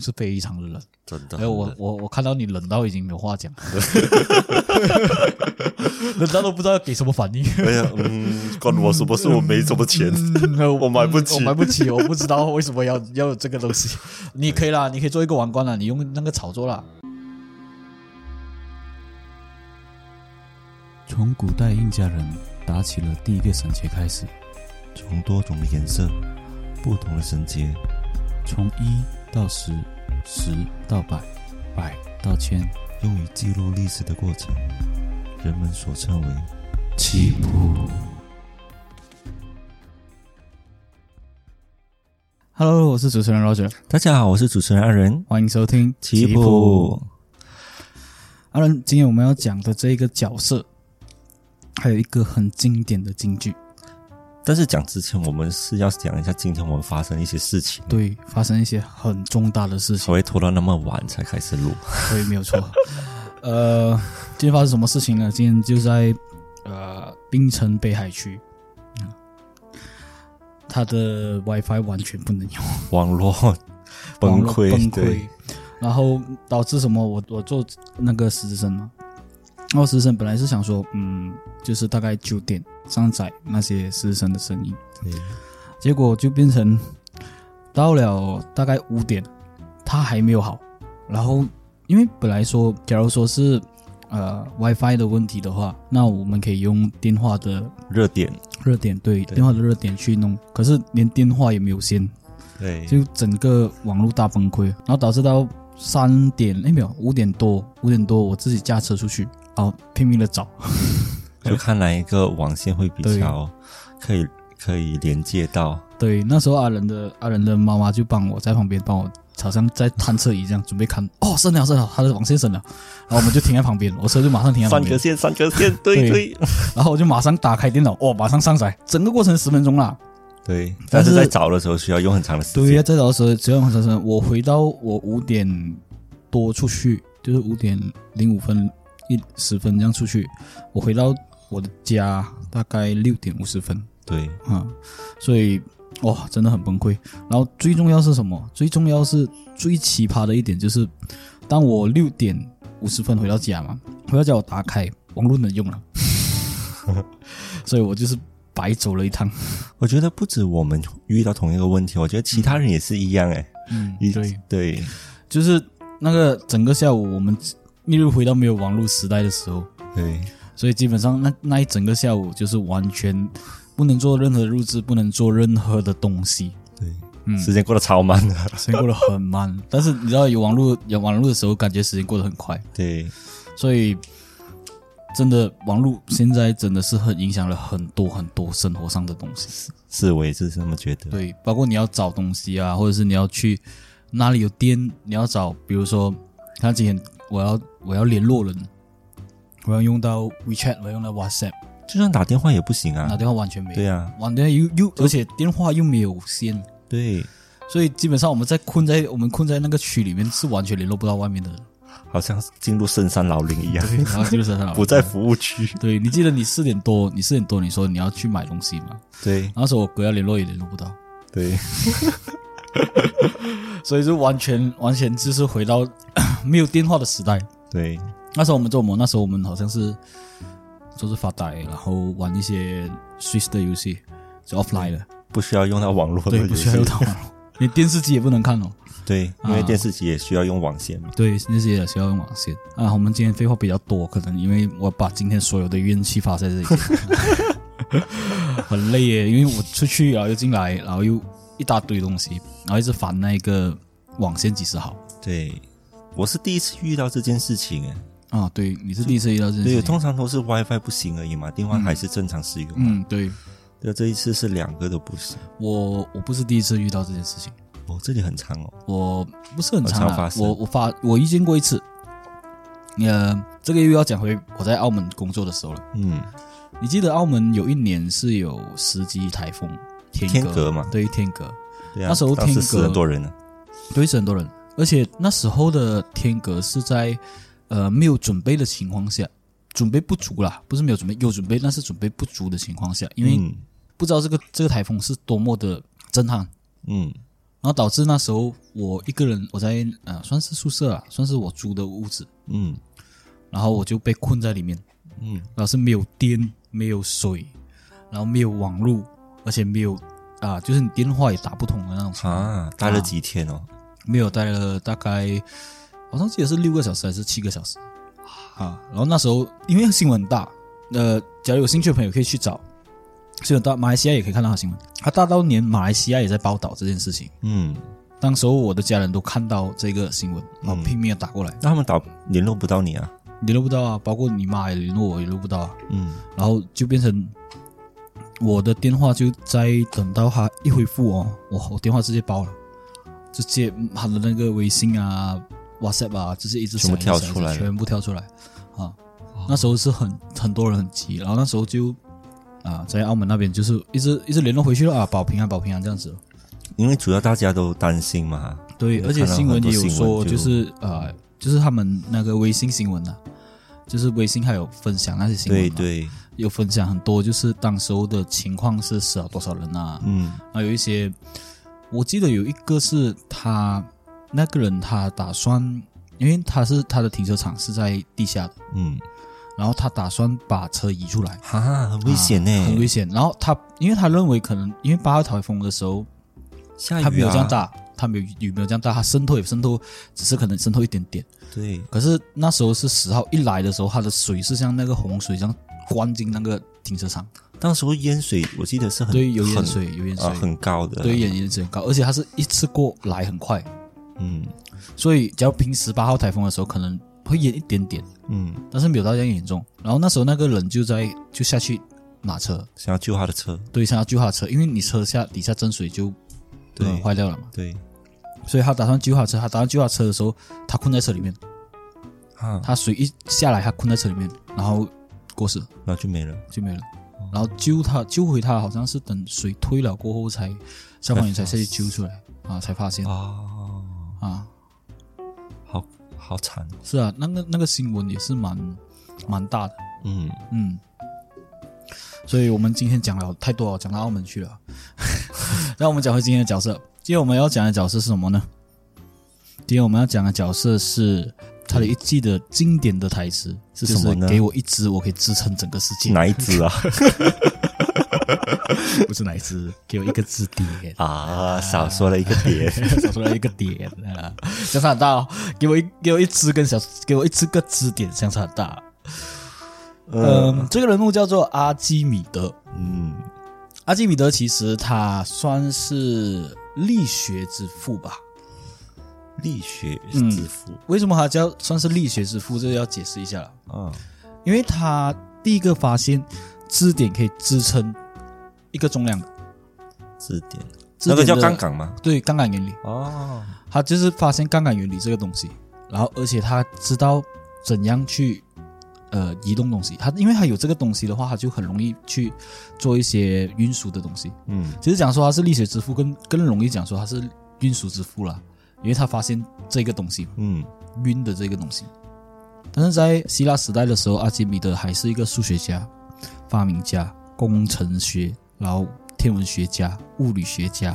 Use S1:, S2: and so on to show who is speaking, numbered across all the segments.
S1: 是非常的冷。
S2: 真的。
S1: 哎，我我我看到你冷到已经没有话 讲，冷到都不知道给什么反应。
S2: 哎呀，嗯，关我什么事？我没什么钱，我买不起
S1: 嗯我买不起，我不知道为什么要要有这个东西。你可以啦，你可以做一个王冠啦，你用那个炒作啦。
S3: 从古代印加人打起了第一个绳结开始，
S4: 从多种的颜色、不同的绳结，
S3: 从一到十，十到百，百到千，
S4: 用于记录历史的过程，人们所称为
S3: 起步。
S1: Hello，我是主持人 Roger，
S4: 大家好，我是主持人二人
S1: 欢迎收听
S4: 棋谱。
S1: 阿伦，啊今天我们要讲的这一个角色，还有一个很经典的金句，
S4: 但是讲之前，我们是要讲一下今天我们发生一些事情，
S1: 对，发生一些很重大的事情，
S4: 才会拖到那么晚才开始录。
S1: 对，没有错。 呃，今天发生什么事情呢？今天就在呃槟城北海区，嗯它的 WiFi 完全不能用，
S4: 网络
S1: 网
S4: 崩溃，
S1: 络崩溃
S4: 对，，
S1: 然后导致什么？我我做那个实习生嘛，然后实习生本来是想说，嗯，就是大概九点上载那些实习生的声音，
S4: 对
S1: 结果就变成到了大概五点，它还没有好。然后因为本来说，假如说是呃 WiFi 的问题的话，那我们可以用电话的
S4: 热点，
S1: 热点，对，
S4: 对
S1: 电话的热点去弄。可是连电话也没有线，
S4: 对，
S1: 就整个网络大崩溃，然后导致到三点，哎没有，五点多，五点多我自己驾车出去，然后拼命的找，
S4: 就看来一个网线会比
S1: 对
S4: 较可以可以连接到，
S1: 对，那时候阿仁的阿仁的妈妈就帮我在旁边帮我，好像在探测仪这样准备看，哦，升了升了，他的网线升了，然后我们就停在旁边，我车就马上停在旁
S4: 三个
S1: 边，
S4: 线，三个线，对
S1: 对
S4: 对
S1: 然后我就马上打开电脑，哦，马上上载，整个过程十分钟啦。
S4: 对。
S1: 但
S4: 但
S1: 是
S4: 是在找的时候需要用很长的时
S1: 对呀、
S4: 间，
S1: 这条时只要黄先生，我回到我五点多出去，就是五点零五分一十分这样出去，我回到我的家大概六点五十分，
S4: 对，
S1: 啊、所以哇、真的很崩溃。然后最重要是什么？最重要是最奇葩的一点就是，当我六点五十分回到家嘛，回到家我打开网络能用了， 所以我就是白走了一趟。
S4: 我觉得不止我们遇到同一个问题，我觉得其他人也是一样哎、
S1: 嗯
S4: 一
S1: 对，
S4: 对
S1: 就是那个整个下午我们一路回到没有网络时代的时候，
S4: 对
S1: 所以基本上那那一整个下午就是完全不能做任何录制，不能做任何的东西。
S4: 对，
S1: 嗯，
S4: 时间过得超慢啊 的，
S1: 时间过得很慢，但是你知道有网络有网络的时候，感觉时间过得很快，
S4: 对
S1: 所以真的网络现在真的是很影响了很多很多生活上的东西，
S4: 是我也是这么觉得，
S1: 对，包括你要找东西啊，或者是你要去哪里有店，你要找，比如说，他今天我要我要联络人，我要用到 WeChat，我要用到 WhatsApp，
S4: 就算打电话也不行
S1: 打
S4: 啊，
S1: 电话完全没有，
S4: 对啊，
S1: 完全又又而且电话又没有线，
S4: 对，
S1: 所以基本上我们在困在我们困在那个区里面是完全联络不到外面的人。
S4: 好像进入深山老林一样，
S1: 然后就是很好
S4: 不在服务区，
S1: 对你记得你四点多，你四点多你说你要去买东西嘛？
S4: 对
S1: 那时候我哥要联络也联络不到，
S4: 对
S1: 所以就完全完全就是回到 没有电话的时代。
S4: 对
S1: 那时候我们做什么？那时候我们好像是就是发呆，然后玩一些 Switch 的游戏，就 offline 的，
S4: 不需要用到网络的
S1: 对，
S4: 游
S1: 不需要用
S4: 戏，
S1: 到网 络，连电视机也不能看哦。
S4: 对，因为
S1: 啊
S4: 电视机也需要用网线嘛，
S1: 对，那些也需要用网线啊。我们今天废话比较多，可能因为我把今天所有的怨气发在这里， 很累耶。因为我出去然后又进来，然后又一大堆东西，然后一直烦那个网线几时好
S4: 对。我是第一次遇到这件事情哎，
S1: 啊。对，你是第一次遇到这件
S4: 对，
S1: 事情，
S4: 通常都是 WiFi 不行而已嘛，电话还是正常使用嘛。
S1: 嗯，对
S4: 对，啊这一次是两个都不行，
S1: 我我不是第一次遇到这件事情，
S4: 哦，这里很长哦，
S1: 我不是很
S4: 很
S1: 常
S4: 常
S1: 啊
S4: 发生
S1: 我我发我遇见过一次，呃，这个又要讲回我在澳门工作的时候了。
S4: 嗯，
S1: 你记得澳门有一年是有十级台风，天
S4: 天鸽嘛
S1: 对天鸽，
S4: 对啊，
S1: 那时候
S4: 当
S1: 听
S4: 时死很
S1: 歌
S4: 多人呢、
S1: 对是很多人，而且那时候的天鸽是在呃没有准备的情况下，准备不足啦，不是没有准备，有准备但是准备不足的情况下，因为
S4: 嗯
S1: 不知道这个这个台风是多么的震撼，
S4: 嗯，
S1: 然后导致那时候我一个人我在呃算是宿舍啊，算是我租的屋子，
S4: 嗯
S1: 然后我就被困在里面，
S4: 嗯，
S1: 然后是没有电、没有水，然后没有网络，而且没有啊、就是你电话也打不通的那种情况，
S4: 啊，待了几天哦，
S1: 没有待了大概好像记得是六个小时还是七个小时啊。然后那时候因为新闻很大，呃，假如有兴趣的朋友可以去找新闻大，马来西亚也可以看到它新闻，它大到连马来西亚也在报道这件事情。
S4: 嗯，
S1: 当时候我的家人都看到这个新闻，然后拼命的打过来，
S4: 那他们打联络不到你啊，
S1: 联络不到啊，包括你妈也联络我，也联络不到啊。
S4: 嗯
S1: 然后就变成我的电话就在等到他一回复哦，哇，我电话直接爆了，直接他的那个微信啊、WhatsApp 啊，就是一直
S4: 全部
S1: 闪一直
S4: 跳
S1: 闪
S4: 出来了
S1: 全部跳出来啊。那时候是很很多人很急，然后那时候就啊，在澳门那边就是一直一直联络回去了啊，保平安保平安这样子。
S4: 因为主要大家都担心嘛，
S1: 对，
S4: 嗯
S1: 而且
S4: 看到
S1: 新闻
S4: 很多
S1: 也有
S4: 新闻
S1: 说，
S4: 就
S1: 就是呃，就是他们那个微信新闻呐、就是微信还有分享那些新闻
S4: 对
S1: 嘛
S4: 对，
S1: 有分享很多，就是当时候的情况是死了多少人啊？
S4: 嗯
S1: 啊，有一些，我记得有一个是他那个人，他打算，因为他是他的停车场是在地下的，
S4: 嗯，
S1: 然后他打算把车移出来，
S4: 哈、很危险呢、
S1: 啊很危险。然后他，因为他认为可能因为八号台风的时候，
S4: 下雨、啊、
S1: 他没有这样，大，他没有雨没有这样大，他渗透也渗透，只是可能渗透一点点。
S4: 对，
S1: 可是那时候是十号一来的时候，他的水是像那个洪水这样灌进那个停车场。
S4: 当时候淹水我记得是很
S1: 对，有
S4: 很
S1: 盐水，有盐水，
S4: 啊很高的，
S1: 对，盐盐水很高，而且它是一次过来很快，
S4: 嗯
S1: 所以只要平时八号台风的时候，可能会淹一点点，
S4: 嗯，
S1: 但是没有到这样严重。然后那时候那个人就在就下去拿车，
S4: 想要救他的车，
S1: 对，想要救他的车，因为你车下底下真水就
S4: 对
S1: 呃坏掉了嘛，
S4: 对
S1: 所以他打算救他车，他打算救他车的时候，他困在车里面，
S4: 啊，
S1: 他水一下来，他困在车里面，然后过世了
S4: 然后就没了，
S1: 就没了。
S4: 哦
S1: 然后救他救回他，好像是等水退了过后才消防员才下去救出来啊，才发现
S4: 哦，
S1: 啊，
S4: 好好惨，
S1: 是啊，那个那个新闻也是蛮蛮大的，
S4: 嗯，
S1: 嗯。所以我们今天讲了太多了，讲到澳门去了。 那我们讲回今天的角色，今天我们要讲的角色是什么呢？今天我们要讲的角色是他的一季的经典的台词
S4: 是什么呢
S1: 就是给我一只，我可以支撑整个世界。
S4: 哪一只啊？
S1: 不是哪一只？给我一个字 典
S4: 啊，少说了一个 点，
S1: 找出来一个点啊，相差很大、哦。给我一给我一支跟小，给我一支个支点，相差很大。
S4: 呃
S1: 嗯，这个人物叫做阿基米德。
S4: 嗯
S1: 阿基米德其实他算是力学之父吧？，
S4: 力学之父，
S1: 为什么他叫算是力学之父？这个要解释一下了，
S4: 啊，
S1: 因为他第一个发现支点可以支撑一个重量的，
S4: 字典，
S1: 支
S4: 那个
S1: 点的
S4: 叫杠，杆吗？
S1: 对杠杆原理。
S4: 哦，
S1: 他就是发现杠杆原理这个东西，然后而且他知道怎样去呃移动东西。他因为他有这个东西的话，他就很容易去做一些运输的东西。
S4: 嗯
S1: 其实讲说他是力学之父，更更容易讲说他是运输之父啦，因为他发现这个东西
S4: 嗯
S1: 晕的这个东西。但是在希腊时代的时候，阿基米德还是一个数学家、发明家、工程学，然后天文学家、物理学家，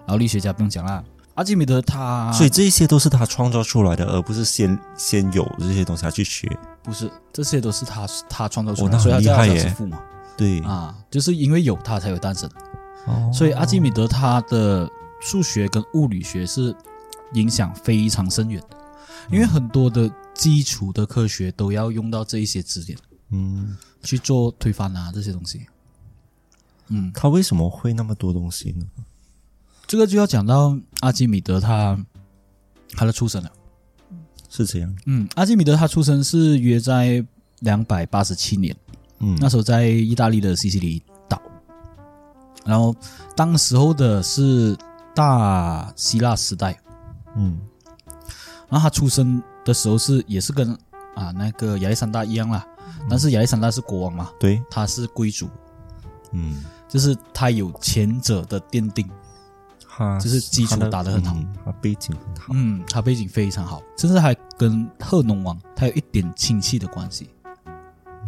S1: 然后力学家不用讲啦。阿基米德他
S4: 所以这一些都是他创造出来的，而不是先先有这些东西他去学。
S1: 不是，这些都是他他创造出
S4: 哦
S1: 来的，
S4: 那
S1: 所以他
S4: 很厉
S1: 叫
S4: 害
S1: 小
S4: 耶
S1: 之父嘛。
S4: 对，
S1: 啊，就是因为有他才有诞生，
S4: 哦
S1: 所以阿基米德他的数学跟物理学是影响非常深远的，因为很多的基础的科学都要用到这一些知点
S4: 嗯，
S1: 去做推翻啊这些东西。嗯，
S4: 他为什么会那么多东西呢？
S1: 这个就要讲到阿基米德他他的出生了。
S4: 是这样，
S1: 嗯，阿基米德他出生是约在两百八十七年。
S4: 嗯，
S1: 那时候在意大利的西西里岛，然后当时候的是大希腊时代，
S4: 嗯
S1: 然后他出生的时候是也是跟啊那个亚历山大一样啦，但是亚历山大是国王嘛，
S4: 对，
S1: 他是贵族，
S4: 嗯，
S1: 就是他有前者的奠定，
S4: 他
S1: 就是基础
S4: 他的
S1: 打得很好
S4: 嗯他背景很好，
S1: 嗯，他背景非常好，甚至还跟赫农王他有一点亲戚的关系。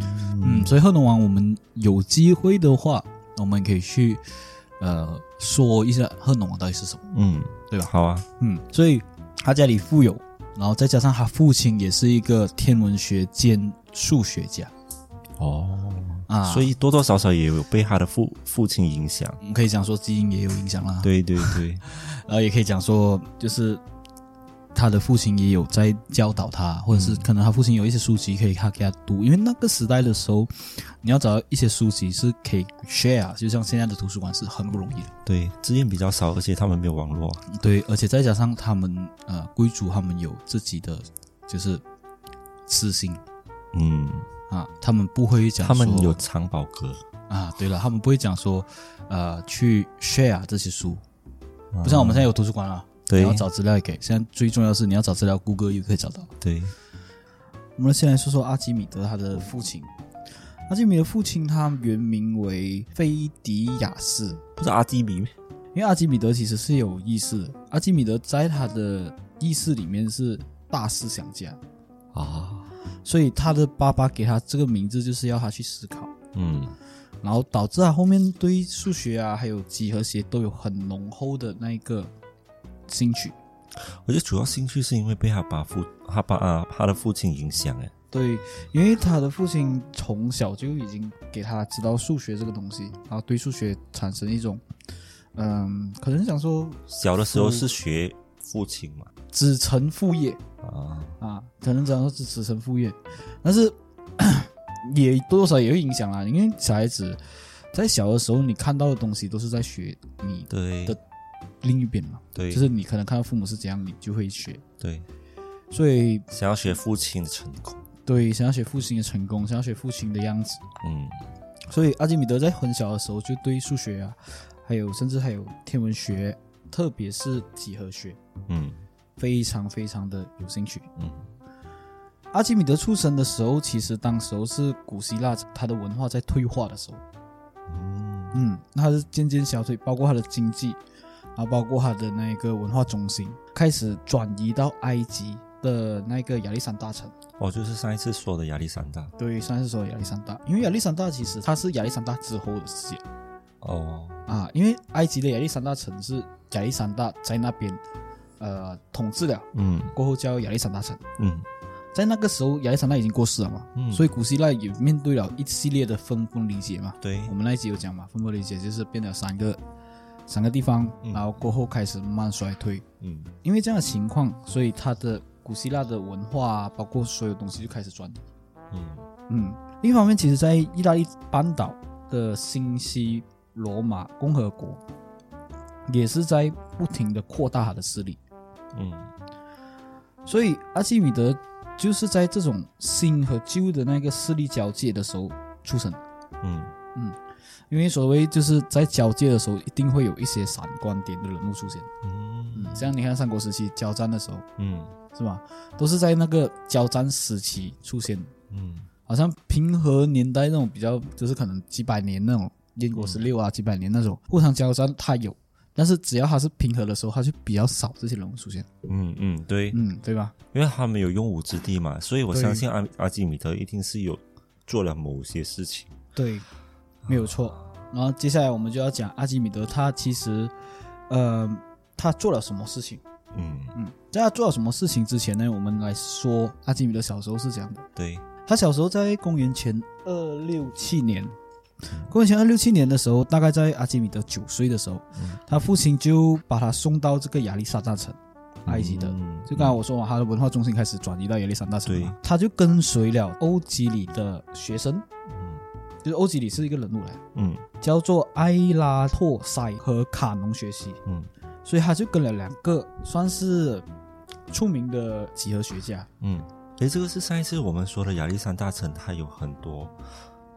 S1: 嗯，所以赫农王，我们有机会的话，我们可以去呃说一下赫农王到底是什么。
S4: 嗯
S1: 对吧？
S4: 好啊，
S1: 嗯，所以他家里富有，然后再加上他父亲也是一个天文学兼数学家
S4: 哦，
S1: 啊，
S4: 所以多多少少也有被他的父父亲影响。
S1: 我们可以讲说基因也有影响啦。
S4: 对对对，
S1: 然后也可以讲说，就是他的父亲也有在教导他，或者是可能他父亲有一些书籍可以他给他读，因为那个时代的时候，你要找到一些书籍是可以 share，就像现在的图书馆是很不容易的。
S4: 对，资源比较少，而且他们没有网络。
S1: 对，而且再加上他们呃贵族，他们有自己的就是私心
S4: 嗯，
S1: 啊，他们不会讲
S4: 他们
S1: 说
S4: 有藏宝阁，
S1: 啊，对了，他们不会讲说呃去 share 这些书，不像我们现在有图书馆了。
S4: 嗯对
S1: 你要找资料也给。现在最重要的是你要找资料，Google 又可以找到。
S4: 对，
S1: 我们先来说说阿基米德他的父亲。阿基米德父亲他原名为菲迪亚士，
S4: 不是阿基米咩
S1: 因为阿基米德其实是有意识的。阿基米德在他的意识里面是大思想家，
S4: 啊，
S1: 所以他的爸爸给他这个名字就是要他去思考，
S4: 嗯，
S1: 然后导致他后面对数学啊还有几何学都有很浓厚的那一个兴趣。
S4: 我觉得主要兴趣是因为被他爸父他爸啊他的父亲影响哎，
S1: 对，因为他的父亲从小就已经给他知道数学这个东西，然后对数学产生一种，嗯，可能想说
S4: 小的时候是学父亲嘛
S1: 子承父业
S4: 啊，
S1: 啊，可能讲说是子承父业，但是 也多多少少也会影响啦，因为小孩子在小的时候你看到的东西都是在学你的
S4: 对
S1: 的另一边嘛，
S4: 对，
S1: 就是你可能看到父母是怎样，你就会学，
S4: 对，
S1: 所以
S4: 想要学父亲的成功，
S1: 对想要学父亲的成功，想要学父亲的样子。
S4: 嗯，
S1: 所以阿基米德在很小的时候就对数学啊，还有甚至还有天文学，特别是几何学，
S4: 嗯
S1: 非常非常的有兴趣。
S4: 嗯，
S1: 阿基米德出生的时候，其实当时候是古希腊它的文化在退化的时候，
S4: 嗯
S1: 嗯，那它是渐渐消退，包括它的经济，啊，包括它的那个文化中心开始转移到埃及的那个亚历山大城。
S4: 哦，就是上一次说的亚历山大
S1: 对，算是说亚历山大，因为亚历山大其实它是亚历山大之后的世界。
S4: 哦，
S1: 啊，因为埃及的亚历山大城是亚历山大在那边呃统治了，
S4: 嗯
S1: 过后叫亚历山大城。
S4: 嗯
S1: 在那个时候，亚历山大已经过世了嘛，
S4: 嗯，
S1: 所
S4: 以
S1: 以古希腊也面对了一系列的分崩离解嘛。
S4: 对
S1: 我们那一集有讲嘛，分崩离解就是变了三个三个地方，
S4: 嗯
S1: 然后过后开始慢慢衰退。
S4: 嗯
S1: 因为这样的情况，所以它的古希腊的文化啊，包括所有东西就开始转移。
S4: 嗯
S1: 嗯，另一方面，其实在意大利半岛的新西罗马共和国，也是在不停的扩大它的势力。
S4: 嗯
S1: 所以阿基米德就是在这种新和旧的那个势力交界的时候出生的，
S4: 嗯
S1: 因为所谓就是在交界的时候，一定会有一些闪光点的人物出现。嗯
S4: 嗯，
S1: 像你看三国时期交战的时候，
S4: 嗯
S1: 是吧？都是在那个交战时期出现的。
S4: 嗯
S1: 好像平和年代那种比较，就是可能几百年那种燕国十六啊，几百年那种互相交战，它有。但是只要它是平和的时候，它就比较少这些人物出现，
S4: 嗯嗯，对，
S1: 嗯，对吧？
S4: 因为他们有用武之地嘛，所以我
S1: 对
S4: 相信阿阿基米德一定是有做了某些事情。
S1: 对，没有错。然后接下来我们就要讲阿基米德，他其实，呃，他做了什么事情？
S4: 嗯，
S1: 嗯，在他做了什么事情之前呢，我们来说阿基米德小时候是怎样的。
S4: 对，
S1: 他小时候在公元前二六七年，公元前二六七年的时候，大概在阿基米德九岁的时候，他父亲就把他送到这个亚历山大城，埃及的。
S4: 嗯
S1: 就刚才我说嘛，他的文化中心开始转移到亚历山大城嘛
S4: 对，
S1: 他就跟随了欧几里的学生，
S4: 嗯
S1: 就是欧几里是一个人物来，
S4: 嗯
S1: 叫做埃拉托塞和卡农学习，
S4: 嗯
S1: 所以他就跟了两个算是出名的几何学家，
S4: 嗯，诶，这个是上一次我们说的亚历山大城，它有很多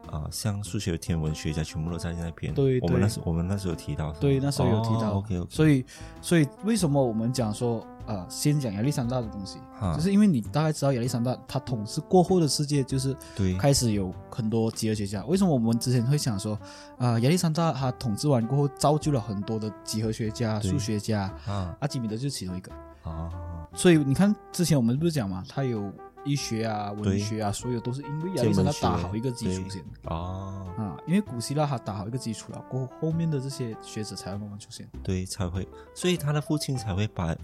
S4: 啊、呃像数学、天文学家全部都在那边。
S1: 对
S4: 我们
S1: 对
S4: 那时我们那时候有提到是吗，
S1: 对，那时候有提到。
S4: OK OK，
S1: 所以，所以为什么我们讲说，呃，先讲亚历山大的东西，
S4: 啊
S1: 就是因为你大概知道亚历山大他统治过后的世界，就是
S4: 对，
S1: 开始有很多几何学家。为什么我们之前会想说，啊、亚历山大他统治完过后，造就了很多的几何学家、
S4: 对
S1: 数学家，
S4: 啊
S1: 阿基米德就是其中一个。
S4: 啊，
S1: 所以你看，之前我们不是讲嘛，他有医学啊、文
S4: 对
S1: 学啊，所有都是因为亚历山大打好一个基础先
S4: 哦，
S1: 啊，因为古希腊他打好一个基础了，过后后面的这些学者才会慢慢出现。
S4: 对，才会，所以他的父亲才会把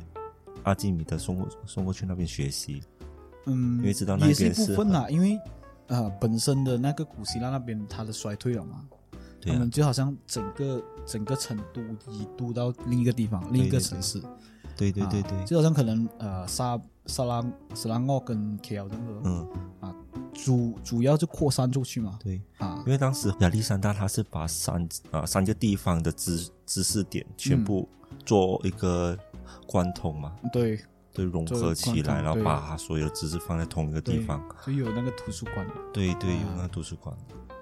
S4: 阿基米德送过送过去那边学习。
S1: 嗯，
S4: 因为知道那
S1: 也
S4: 边
S1: 是一部分
S4: 是
S1: 啦，因为呃本身的那个古希腊那边它的衰退了嘛，
S4: 对
S1: 他
S4: 啊
S1: 们，就好像整个整个成都移都到另一个地方，另一个城市，
S4: 对对对
S1: 啊
S4: 对，
S1: 就好像可能呃沙沙拉沙拉奥跟 KL 这个、
S4: 嗯，
S1: 啊主主要就扩散出去嘛，
S4: 对。
S1: 啊
S4: 因为当时亚历山大他是把三啊、三个地方的知知识点
S1: 嗯
S4: 全部做一个贯通嘛，
S1: 对
S4: 对，融
S1: 做
S4: 合起
S1: 贯
S4: 来，
S1: 通
S4: 然后
S1: 对
S4: 把他所有的知识放在同一个地
S1: 对
S4: 方。，
S1: 所以有那个图书馆，
S4: 对对，有那个图书馆，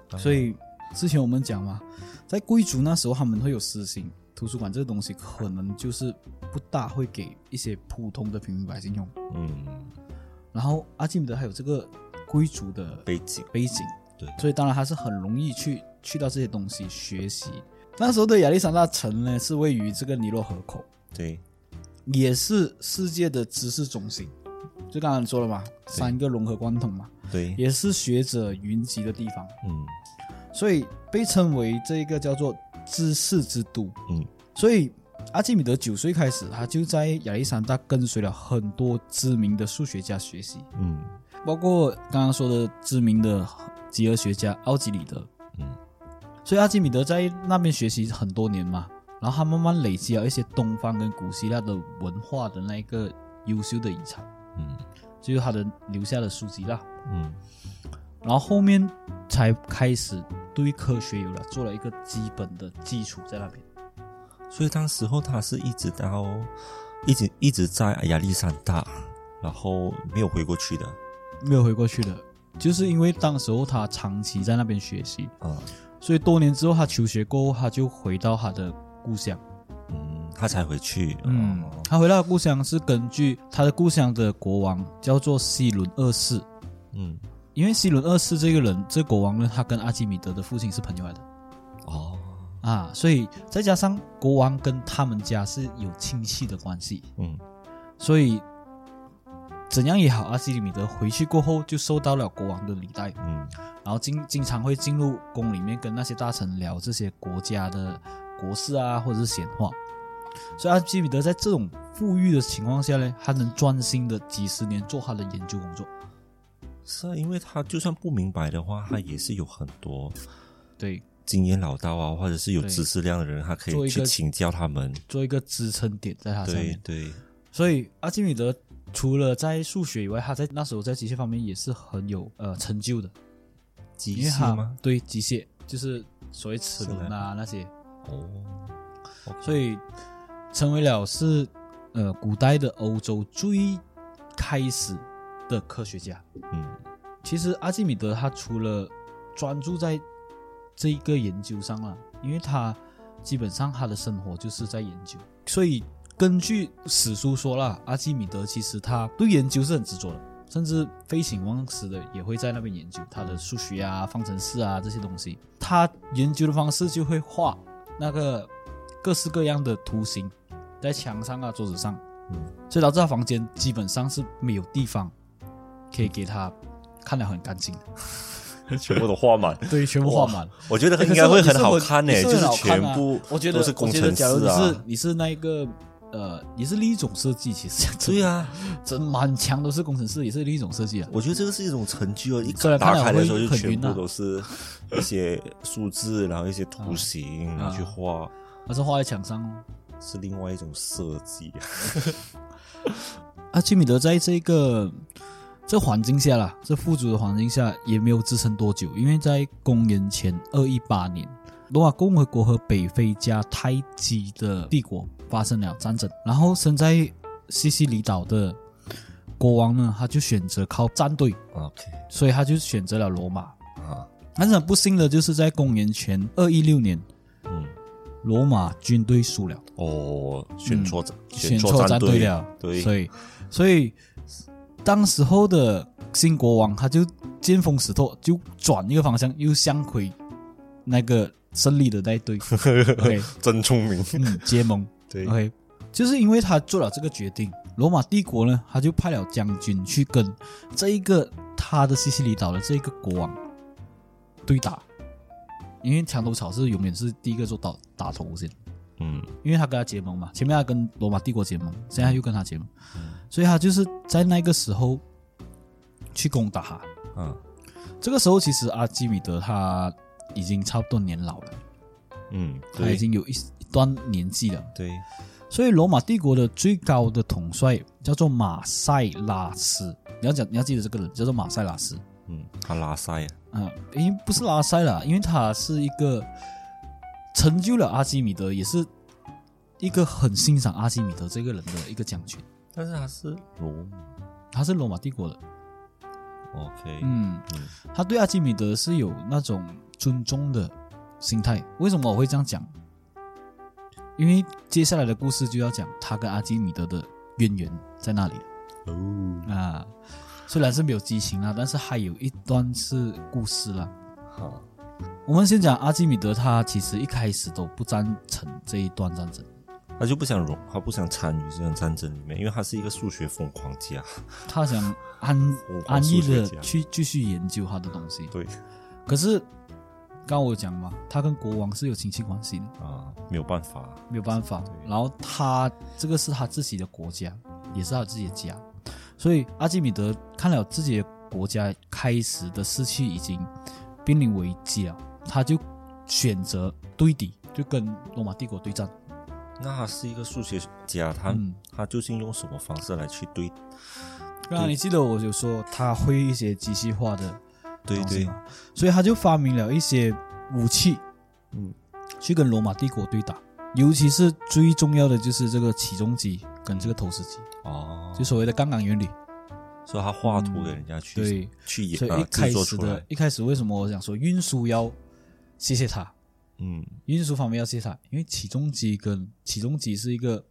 S4: 当
S1: 所以之前我们讲嘛，在贵族那时候他们会有私刑。图书馆这个东西可能就是不大会给一些普通的平民百姓用，
S4: 然嗯，
S1: 然后阿基米德还有这个贵族的
S4: 背景
S1: 背景，
S4: 对
S1: 所以当然他是很容易去去到这些东西学习。那时候的亚历山大城呢，是位于这个尼罗河口，
S4: 对
S1: 也是世界的知识中心。就刚才你说了嘛，三个融合贯通嘛，
S4: 对，
S1: 也是学者云集的地方，
S4: 嗯
S1: 所以被称为这个叫做知识之都。
S4: 嗯，
S1: 所以阿基米德九岁开始，他就在亚历山大跟随了很多知名的数学家学习。
S4: 嗯
S1: 包括刚刚说的知名的几何学家奥几里德，
S4: 嗯，
S1: 所以阿基米德在那边学习很多年嘛，然后他慢慢累积了一些东方跟古希腊的文化的那一个优秀的遗产，
S4: 嗯
S1: 就是他的留下的书籍啦。
S4: 嗯，
S1: 然后后面才开始对科学有了做了一个基本的基础在那边。
S4: 所以当时候他是一直到一直一直在亚历山大，然后没有回过去的，
S1: 没有回过去的，就是因为当时候他长期在那边学习，
S4: 啊、
S1: 所以多年之后他求学过后，他就回到他的故乡。
S4: 嗯，他才回去，
S1: 嗯
S4: 哦，
S1: 他回到故乡是根据他的故乡的国王叫做西伦二世，
S4: 嗯
S1: 因为西伦二世这个人，这国王呢，他跟阿基米德的父亲是朋友来的
S4: 哦，
S1: 啊，所以再加上国王跟他们家是有亲戚的关系，
S4: 嗯
S1: 所以怎样也好，阿基米德回去过后就受到了国王的礼待，
S4: 嗯
S1: 然后经经常会进入宫里面跟那些大臣聊这些国家的国事啊，或者是闲话。所以阿基米德在这种富裕的情况下呢，他能专心的几十年做他的研究工作。
S4: 是啊，因为他就算不明白的话，他也是有很多
S1: 对，
S4: 经验老道啊，或者是有
S1: 对
S4: 知识量的人，他可
S1: 做
S4: 以
S1: 一
S4: 去
S1: 个
S4: 请教他们。
S1: 做一个支撑点在他上
S4: 对
S1: 面。
S4: 对，
S1: 所以阿基米德除了在数学以外，他在那时候在机械方面也是很有呃成就的，
S4: 机
S1: 因为
S4: 械
S1: 他
S4: 吗？
S1: 对机械就是所谓齿轮
S4: 是
S1: 啊那些，
S4: 哦，
S1: 所以成为了是呃古代的欧洲最开始的科学家。
S4: 嗯
S1: 其实阿基米德他除了专注在这一个研究上了，因为他基本上他的生活就是在研究，所以根据史书说啦，阿基米德其实他对研究是很执着的，甚至废寝忘食的也会在那边研究他的数学啊、方程式啊这些东西。他研究的方式就会画那个各式各样的图形在墙上啊、桌子上，
S4: 嗯，
S1: 所以导致他房间基本上是没有地方可以给他看得很干净的，
S2: 全部都画满。
S1: 对，全部画满。
S4: 我觉得
S1: 欸
S4: 应该会很好看呢、
S1: 可
S4: 就是是
S1: 我
S4: 全部
S1: 啊我觉得
S4: 都是工程师
S1: 我觉得假如你是
S4: 啊。
S1: 你是那一个呃，也是另一种设计，其实
S4: 对，啊，
S1: 真满墙都是工程师，也是另一种设计啊。
S4: 我觉得这个是一种成就啊！一
S1: 虽然嗯看
S4: 打
S1: 了
S4: 开的时候
S1: 会
S4: 就
S1: 很
S4: 全
S1: 晕
S4: 部
S1: 啊
S4: 都是一些数字，然后一些图形，
S1: 啊
S4: 然后去画，
S1: 它是画在墙上哦。
S4: 是另外一种设计。
S1: 阿基米德在这个这环境下啦，这富足的环境下也没有支撑多久，因为在公元前二一八年，罗马共和国和北非加泰基的帝国发生了战争，然后身在西西里岛的国王呢，他就选择靠战队，
S4: OK
S1: 所以他就选择了罗马。
S4: 啊，
S1: 但是很不幸的就是在公元前二一六年，
S4: 嗯，
S1: 罗马军队输了。
S4: 哦，选错战，
S1: 嗯选
S4: 错
S1: 错
S4: 战
S1: 战队
S4: 队
S1: 了，
S4: 对，
S1: 所以所以当时候的新国王他就见风使舵，就转一个方向，又向回那个胜利的那一 队 ，OK，
S2: 真聪明，
S1: 嗯，结盟
S2: 对
S1: ，OK，就是因为他做了这个决定，罗马帝国呢，他就派了将军去跟这一个他的西西里岛的这个国王对打，因为墙头草是永远是第一个做打打头先，
S4: 嗯，
S1: 因为他跟他结盟嘛，前面他跟罗马帝国结盟，现在又跟他结盟，所以他就是在那个时候去攻打他。
S4: 啊，
S1: 这个时候，其实阿基米德他已经差不多年老了，
S4: 嗯，
S1: 他已
S4: 对
S1: 经有一一段年纪了。
S4: 对，
S1: 所以罗马帝国的最高的统帅叫做马塞拉斯，你要讲你要记得这个人叫做马塞拉斯，
S4: 嗯，他拉塞啊，
S1: 嗯，因为不是拉塞啦，因为他是一个成就了阿基米德，也是一个很欣赏阿基米德这个人的一个将军，
S4: 但是他是罗马
S1: 他是罗马帝国的，
S4: ，OK，
S1: 嗯，他对阿基米德是有那种尊重的心态。为什么我会这样讲？因为接下来的故事就要讲他跟阿基米德的渊源在那里。哦，啊，虽然是没有激情啊啦，但是还有一段是故事啦。
S4: 哦好，
S1: 我们先讲阿基米德，他其实一开始都不赞成这一段战争。
S4: 他就不想融，他不想参与这场战争里面，因为他是一个数学疯狂家，
S1: 他想安
S4: 我
S1: 安逸
S4: 数学
S1: 的
S4: 家
S1: 去继续研究他的东西，
S4: 对
S1: 可是刚我有讲嘛，他跟国王是有亲戚关系的，
S4: 啊，没有办法，
S1: 没有办法。然后他这个是他自己的国家，也是他自己的家，所以阿基米德看了自己的国家开始的失去已经濒临危机了，他就选择对敌，就跟罗马帝国对战。
S4: 那他是一个数学家，他、
S1: 嗯
S4: 他究竟用什么方式来去对
S1: 刚刚你记得我有说他会一些机械化的
S4: 对
S1: 东西
S4: 对
S1: 嘛，所以他就发明了一些武器，
S4: 嗯，
S1: 去跟罗马帝国对打。尤其是最重要的就是这个起重机跟这个投石机，
S4: 哦？
S1: 就所谓的杠杆原理。
S4: 所以他画图给人家去、
S1: 对
S4: 去演
S1: 所以
S4: 啊
S1: 一开
S4: 制作
S1: 始
S4: 出
S1: 的
S4: 来，
S1: 一开始为什么我想说运输要谢谢他，
S4: 嗯
S1: 运输方面要谢谢他，因为起重机跟起重机是一个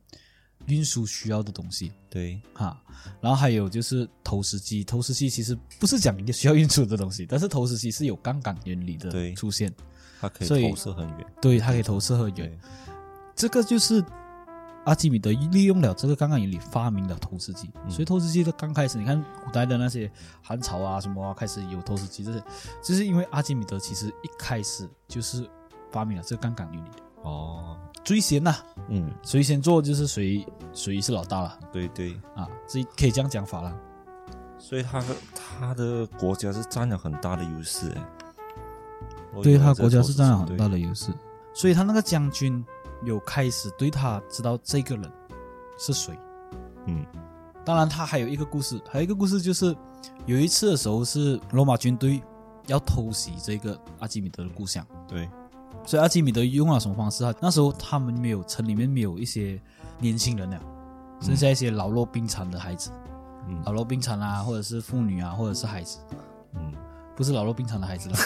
S1: 运输需要的东西
S4: 对，
S1: 哈。然后还有就是投石机，投石机其实不是讲需要运输的东西，但是投石机是有杠杆原理的
S4: 对
S1: 出现，
S4: 他可以
S1: 所以
S4: 投射很远，
S1: 对，它可以投射很远
S4: 对。
S1: 这个就是阿基米德利用了这个杠杆原理发明了投石机，所以投石机的刚开始，你看古代的那些汉朝啊什么啊，开始有投石机这些，就是因为阿基米德其实一开始就是发明了这个杠杆原理，
S4: 哦，
S1: 最先呐、
S4: 嗯，
S1: 谁先做就是谁谁是老大了
S4: 对对，
S1: 啊，这可以这样讲法了。
S4: 所以他他的国家是占了很大的优势，哎我以
S1: 对
S4: 为
S1: 他
S4: 在
S1: 国家是占了
S4: 投
S1: 很
S4: 资
S1: 大的优势，所以他那个将军有开始对他知道这个人是谁。
S4: 嗯，
S1: 当然他还有一个故事，还有一个故事就是有一次的时候是罗马军队要偷袭这个阿基米德的故乡，
S4: 对
S1: 所以阿基米德用了什么方式啊？那时候他们没有城里面没有一些年轻人了，剩下一些老弱病残的孩子，
S4: 嗯
S1: 老弱病残啊，或者是妇女啊，或者是孩子，
S4: 对，嗯，
S1: 不是老弱病残的孩子了。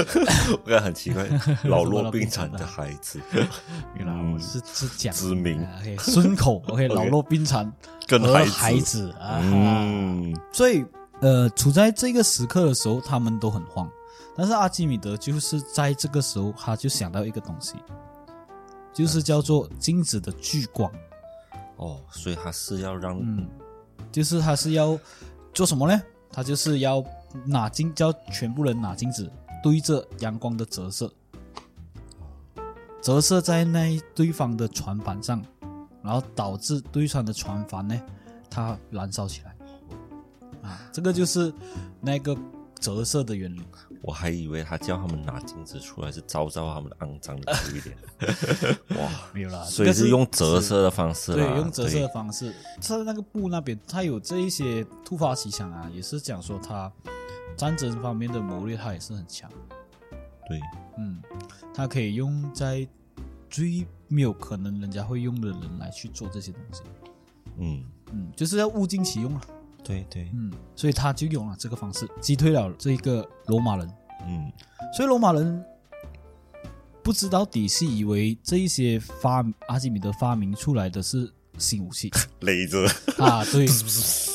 S4: 我感觉很奇怪，老弱病残的孩子，
S1: 原来我是是讲
S4: 知名
S1: 啊，OK，孙口 ，OK，老弱病残
S4: 跟
S1: 和
S4: 孩子
S1: 孩子啊，
S4: 嗯，
S1: 所以呃，处在这个时刻的时候，他们都很慌。但是阿基米德就是在这个时候，他就想到一个东西，就是叫做精子的聚光，
S4: 哦，所以他是要让
S1: 嗯就是他是要做什么呢？他就是要拿精，叫全部人拿精子对着阳光的折射，折射在那一对方的船板上，然后导致对方的船帆呢，它燃烧起来。啊，这个就是那个折射的原理。
S4: 我还以为他叫他们拿镜子出来是照照他们的肮脏的嘴 脸，哇！
S1: 没有啦，
S4: 所以是用折射的方式啦，啊
S1: 对，用折射的
S4: 对
S1: 方式，在那个布那边，他有这一些突发奇想啊，也是讲说他战争方面的谋略，他也是很强。
S4: 对，
S1: 嗯，它可以用在最没有可能人家会用的人来去做这些东西。
S4: 嗯，
S1: 嗯，就是要物尽其用了。
S4: 对对，
S1: 嗯，所以他就用了这个方式击退了这个罗马人。
S4: 嗯，
S1: 所以罗马人不知道底细，以为这一些发阿基米德发明出来的是新武器
S4: 勒着
S1: 啊，对。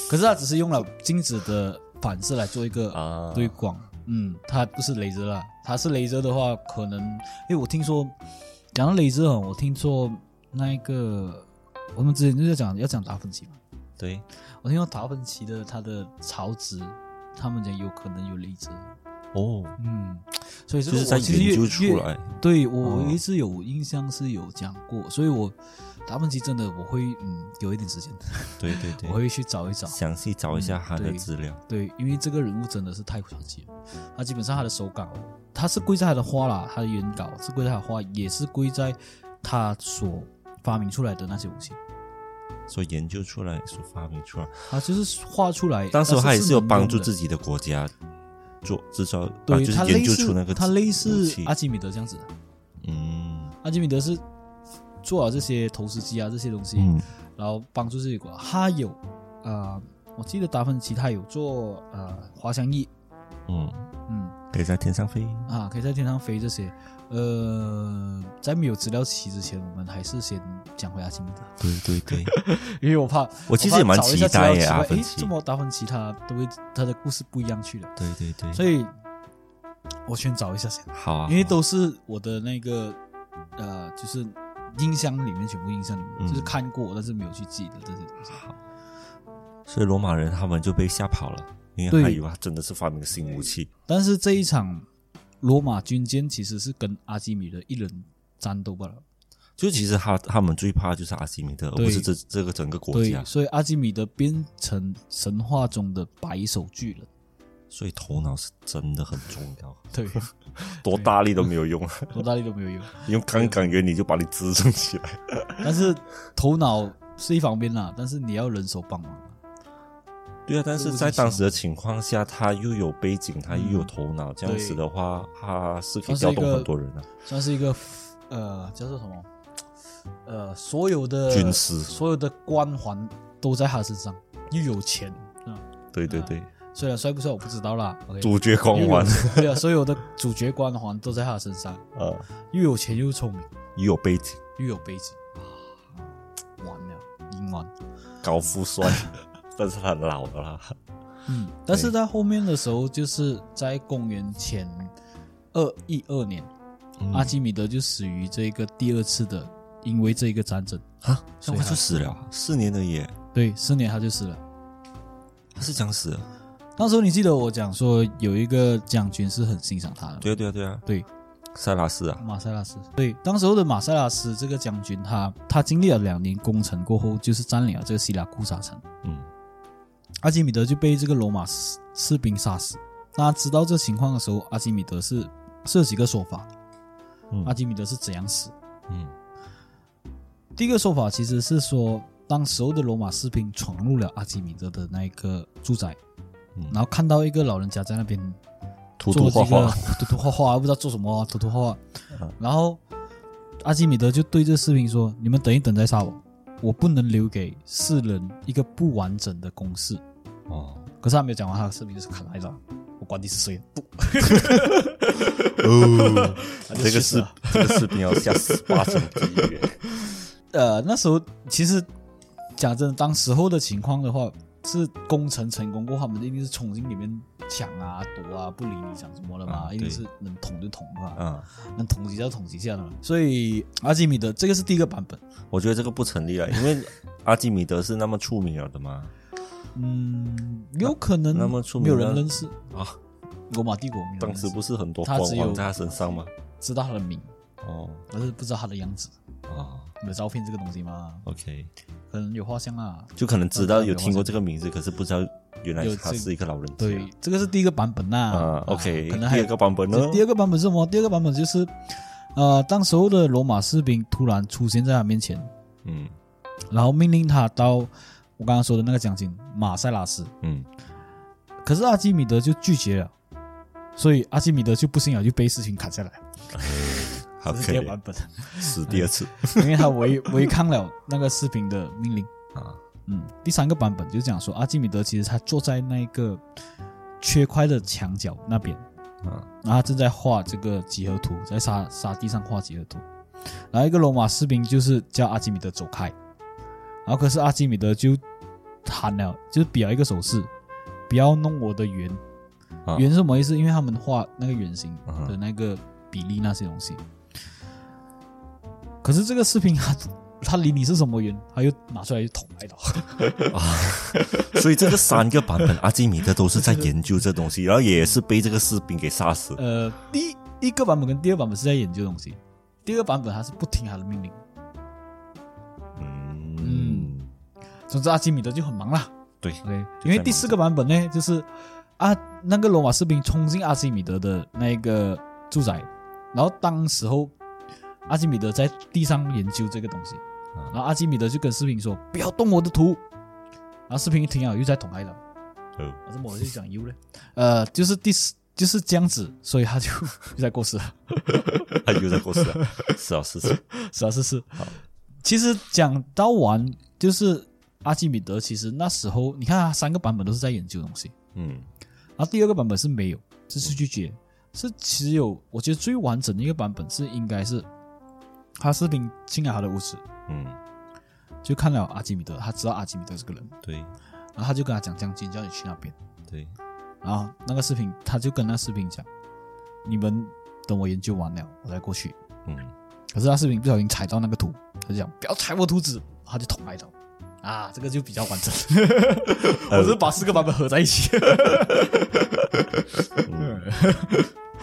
S1: 可是他只是用了镜子的反射来做一个
S4: 啊，
S1: 对广，嗯，它不是雷泽啦，它是雷泽的话，可能因为我听说讲到雷泽，我听说那一个我们之前就在讲要讲达芬奇嘛，
S4: 对，
S1: 我听到达芬奇的他的潮值，他们讲有可能有雷泽，
S4: 哦，
S1: 嗯，所以这
S4: 就
S1: 个
S4: 是在
S1: 我其实越
S4: 研究
S1: 越
S4: 出来，
S1: 对我
S4: 哦
S1: 一直有印象是有讲过，所以我达芬奇真的我会嗯有一点时间，
S4: 对对对，
S1: 我会去找一找。
S4: 详细找一下他的
S1: 对
S4: 资料。
S1: 对，因为这个人物真的是太传奇了。他基本上他的手稿，他是归在他的画啦，他的原稿是归在他的画，也是归在他所发明出来的那些武器。
S4: 所研究出来，所发明出来。
S1: 他就是画出来，
S4: 当时
S1: 但
S4: 他也
S1: 呃是
S4: 是有帮助
S1: 己。
S4: 自己的国家做制造，啊
S1: 对、
S4: 就是
S1: 他
S4: 研
S1: 类
S4: 究
S1: 似
S4: 出那个
S1: 他类
S4: 武
S1: 似啊
S4: 器
S1: 阿基米德这样子的。
S4: 嗯
S1: 阿基米德是做了这些投石机啊这些东西，
S4: 嗯
S1: 然后帮助自己国家。他有呃，我记得达芬奇他有做呃滑翔翼，
S4: 嗯，
S1: 嗯
S4: 可以在天上飞。
S1: 啊，可以在天上飞这些。呃，在没有资料齐之前，我们还是先讲回阿基米德，
S4: 对对对，
S1: 因为我怕
S4: 我其实也蛮
S1: 怕找一下
S4: 期待
S1: 资料
S4: 耶
S1: 奇怪嗯
S4: 达芬
S1: 诶
S4: 奇
S1: 这么达芬奇他都会他的故事不一样去了，
S4: 对对对，
S1: 所以我先找一下先。
S4: 好啊，
S1: 因为都是我的那个呃，就是音箱里面全部音箱里面，
S4: 嗯
S1: 就是看过但是没有去记的这些东西。
S4: 所以罗马人他们就被吓跑了，因为
S1: 对
S4: 他以为他真的是发明了新武器。
S1: 但是这一场罗马军舰其实是跟阿基米德一人战斗罢了。
S4: 就其实他他们最怕就是阿基米德，而
S1: 对
S4: 不是这这个整个国
S1: 对
S4: 家，，
S1: 所以阿基米德变成神话中的白手巨人。
S4: 所以头脑是真的很重要，
S1: 对，
S2: 多大力都没有用，
S1: 多大力都没有用，
S2: 用杠杆原理就把你支撑起来。
S1: 但是头脑是一方面啦，但是你要人手帮忙啊。
S4: 对啊，但是在当时的情况下，他又有背景，他又有头脑，这
S1: 嗯
S4: 样
S1: 对
S4: 子的话，他是可
S1: 算是
S4: 以调
S1: 一
S4: 动
S1: 个
S4: 很多人的。
S1: 算是一个呃叫做什么呃，所有的
S4: 军师
S1: 所有的光环都在他身上，又有钱啊，
S2: 对对对，
S1: 虽然帅不帅我不知道啦，OK，
S2: 主角光环
S1: 又有对啊，所有的主角光环都在他身上，
S2: 啊，
S1: 又有钱又聪明
S4: 也呃有背景，
S1: 又有背景啊，完了，赢完。
S2: 高富 帅，但是他老了啦。
S1: 嗯，但是在后面的时候，就是在公元前二一二年，
S4: 嗯
S1: 阿基米德就死于这个第二次的，因为这一个战争，
S4: 啊，这
S1: 所以
S4: 么快
S1: 他
S4: 就死了啊，四年的耶，
S1: 对，四年他就死了。
S4: 他是僵啊死的。
S1: 那时候你记得我讲说有一个将军是很欣赏他的，
S4: 对啊，对啊，对啊，
S1: 对，
S4: 塞拉斯啊，
S1: 马塞拉斯。对，当时候的马塞拉斯这个将军他，他经历了两年攻城过后，就是占领了这个希腊库沙城，
S4: 嗯，
S1: 阿基米德就被这个罗马士士兵杀死。那知道这情况的时候，阿基米德是是有几个说法，
S4: 嗯
S1: 阿基米德是怎样死？
S4: 嗯，
S1: 第一个说法其实是说，当时候的罗马士兵闯入了阿基米德的那个住宅，
S4: 嗯
S1: 然后看到一个老人家在那边
S2: 涂
S1: 做
S2: 涂
S1: 这
S2: 画
S1: 个
S2: 画，
S1: 涂涂画画，不知道做什么啊，涂涂画画。然后阿基米德就对这士兵说：“你们等一等再杀我，我不能留给世人一个不完整的公式。
S4: 哦，”
S1: 可是他没有讲完，他的士兵就是砍来了。我管你是谁，不，哦
S2: 这个是这个士兵要下十八层地 狱。
S1: 呃，那时候其实讲真的，当时候的情况的话，是攻城成功过后，他们一定是冲进里面抢啊、夺啊，不理你讲什么了嘛，
S4: 啊
S1: 一定
S4: 对
S1: 是能捅就捅嘛，
S4: 啊，
S1: 能捅几下就捅几下的嘛。所以阿基米德这个是第一个版本，
S4: 我觉得这个不成立了，啊因为阿基米德是那么出名了的嘛，
S1: 嗯，有可能
S4: 那么出
S1: 没
S4: 名
S1: 有
S4: 的
S1: 人认识
S4: 啊，
S1: 罗马帝国没有人
S4: 当
S1: 认识，
S4: 时不是很多
S1: 哦他
S4: 光
S1: 只有
S4: 环在他身上吗？
S1: 知道他的名，
S4: 哦，
S1: 但是不知道他的样子，
S4: 哦
S1: 有照片这个东西吗？
S4: ，OK，
S1: 可能有画像啊。
S4: 就可能知道有听过这个名字，可是不知道原来
S1: 有
S4: 他
S1: 这
S4: 是一个老人家。
S1: 对，这个是第一个版本呐、
S4: 啊，OK，
S1: 可能还
S4: 第
S1: 有
S4: 二个版本呢
S1: 这？第二个版本是什么？第二个版本就是，呃，当时候的罗马士兵突然出现在他面前，
S4: 嗯
S1: 然后命令他到我刚刚说的那个将军马塞拉斯，
S4: 嗯，
S1: 可是阿基米德就拒绝了，所以阿基米德就不信了，就被事情砍下来。
S4: 好，
S1: 这是
S4: 可
S1: 第二
S4: 以
S1: 个版本，
S4: 死第二次
S1: 因为他违违抗了那个士兵的命令。
S4: 啊，
S1: 嗯，第三个版本就是讲说，阿基米德其实他坐在那个缺块的墙角那边，
S4: 啊，
S1: 然后他正在画这个几何图，在沙沙地上画几何图，然后一个罗马士兵就是叫阿基米德走开，然后可是阿基米德就喊了，就是比了一个手势，不要弄我的圆，
S4: 啊
S1: 圆是什么意思？因为他们画那个圆形
S4: 啊哈
S1: 的那个比例那些东西，可是这个士兵他他理你是什么人，他又拿出来捅来的。
S4: 所以这个三个版本，阿基米德都是在研究这东西，然后也是被这个士兵给杀死。
S1: 呃，第一个版本跟第二版本是在研究东西，第二版本他是不听他的命令。
S4: 嗯，
S1: 总之，阿基米德就很忙啦。
S4: 对，
S1: OK，因为第四个版本呢，就是啊，那个罗马士兵冲进阿基米德的那个住宅，然后当时候阿基米德在地上研究这个东西，然后阿基米德就跟士兵说：“不要动我的图。”然后士兵一听啊，又在捅他一刀。
S4: 哦
S1: 我怎么我就讲 U 呢？呃，就是第四就是这样子，所以他就 就在过世了。
S4: 他又在过世了，是啊，是是，
S1: 是啊，是是。其实讲到完，就是阿基米德，其实那时候你看他三个版本都是在研究东西，
S4: 嗯，
S1: 然后第二个版本是没有，这是拒绝，是只有我觉得最完整的一个版本是应该是哈斯宾进来他的屋子，
S4: 嗯，
S1: 就看了阿基米德，他知道阿基米德这个人，
S4: 对
S1: 然后他就跟他讲将军叫你去那边，
S4: 对，
S1: 然后那个视频他就跟那视频讲，你们等我研究完了我再过去，
S4: 嗯，
S1: 可是他视频不小心踩到那个图，他就讲不要踩我图纸，他就捅来头。啊，这个就比较完整。我
S4: 呃
S1: 是把四个版本合在一起，
S4: 嗯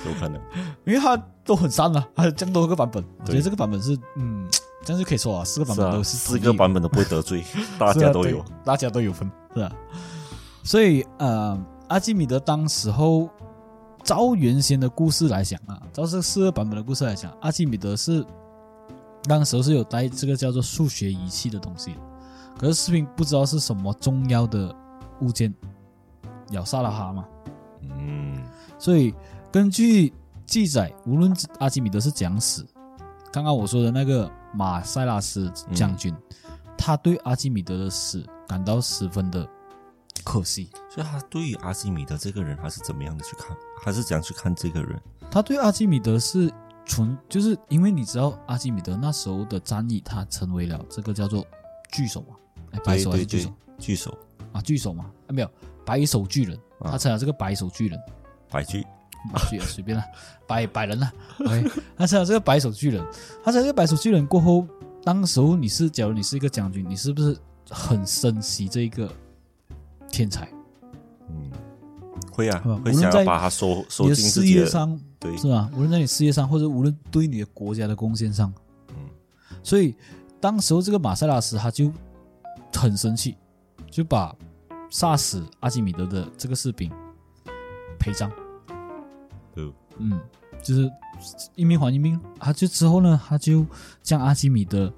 S4: 有可能，
S1: 因为它都很删了，还有这么多个版本。我觉得这个版本是，嗯，这样就可以说啊，四个版
S4: 是
S1: 本
S4: 啊，
S1: 都是
S4: 四
S1: 同
S4: 个
S1: 意
S4: 版本都不会得罪，大家都
S1: 是啊
S4: 有
S1: 对，大家都有分，是啊。所以呃，阿基米德当时候照原先的故事来讲啊，照这四个版本的故事来讲，阿基米德是当时候是有带这个叫做数学仪器的东西，可是士兵不知道是什么重要的物件咬杀了他嘛，
S4: 嗯，
S1: 所以根据记载，无论阿基米德是怎样死，刚刚我说的那个马塞拉斯将军，他对阿基米德的死感到十分的可惜。
S4: 所以他对于阿基米德这个人，他是怎么样的去看？他是怎样去看这个人？
S1: 他对阿基米德是纯，就是因为你知道阿基米德那时候的战役，他成为了这个叫做巨手嘛，哎，白
S4: 对
S1: 手还
S4: 对
S1: 是巨手
S4: 对，巨手
S1: 啊？巨手嘛，啊没有白手巨人，
S4: 啊
S1: 他成了这个白手巨人。
S4: 白巨，
S1: 啊随随便啦，百百人啦。OK，他才有这个白手巨人，他才有这个白手巨人过后，当时候你是，假如你是一个将军，你是不是很珍惜这一个天才？
S4: 嗯，会啊
S1: 嗯，
S4: 会
S1: 无论
S4: 想
S1: 在
S4: 要把他收收
S1: 你
S4: 进
S1: 的
S4: 自
S1: 事
S4: 己
S1: 业
S4: 的，
S1: 上
S4: 对，
S1: 是吧？无论在你事业上，或者无论对你的国家的贡献上，
S4: 嗯，
S1: 所以当时候这个马塞拉斯他就很生气，就把杀死阿基米德的这个士兵陪葬。
S4: 哦
S1: 嗯，就是一命还一命。他就之后呢，他就将阿基米德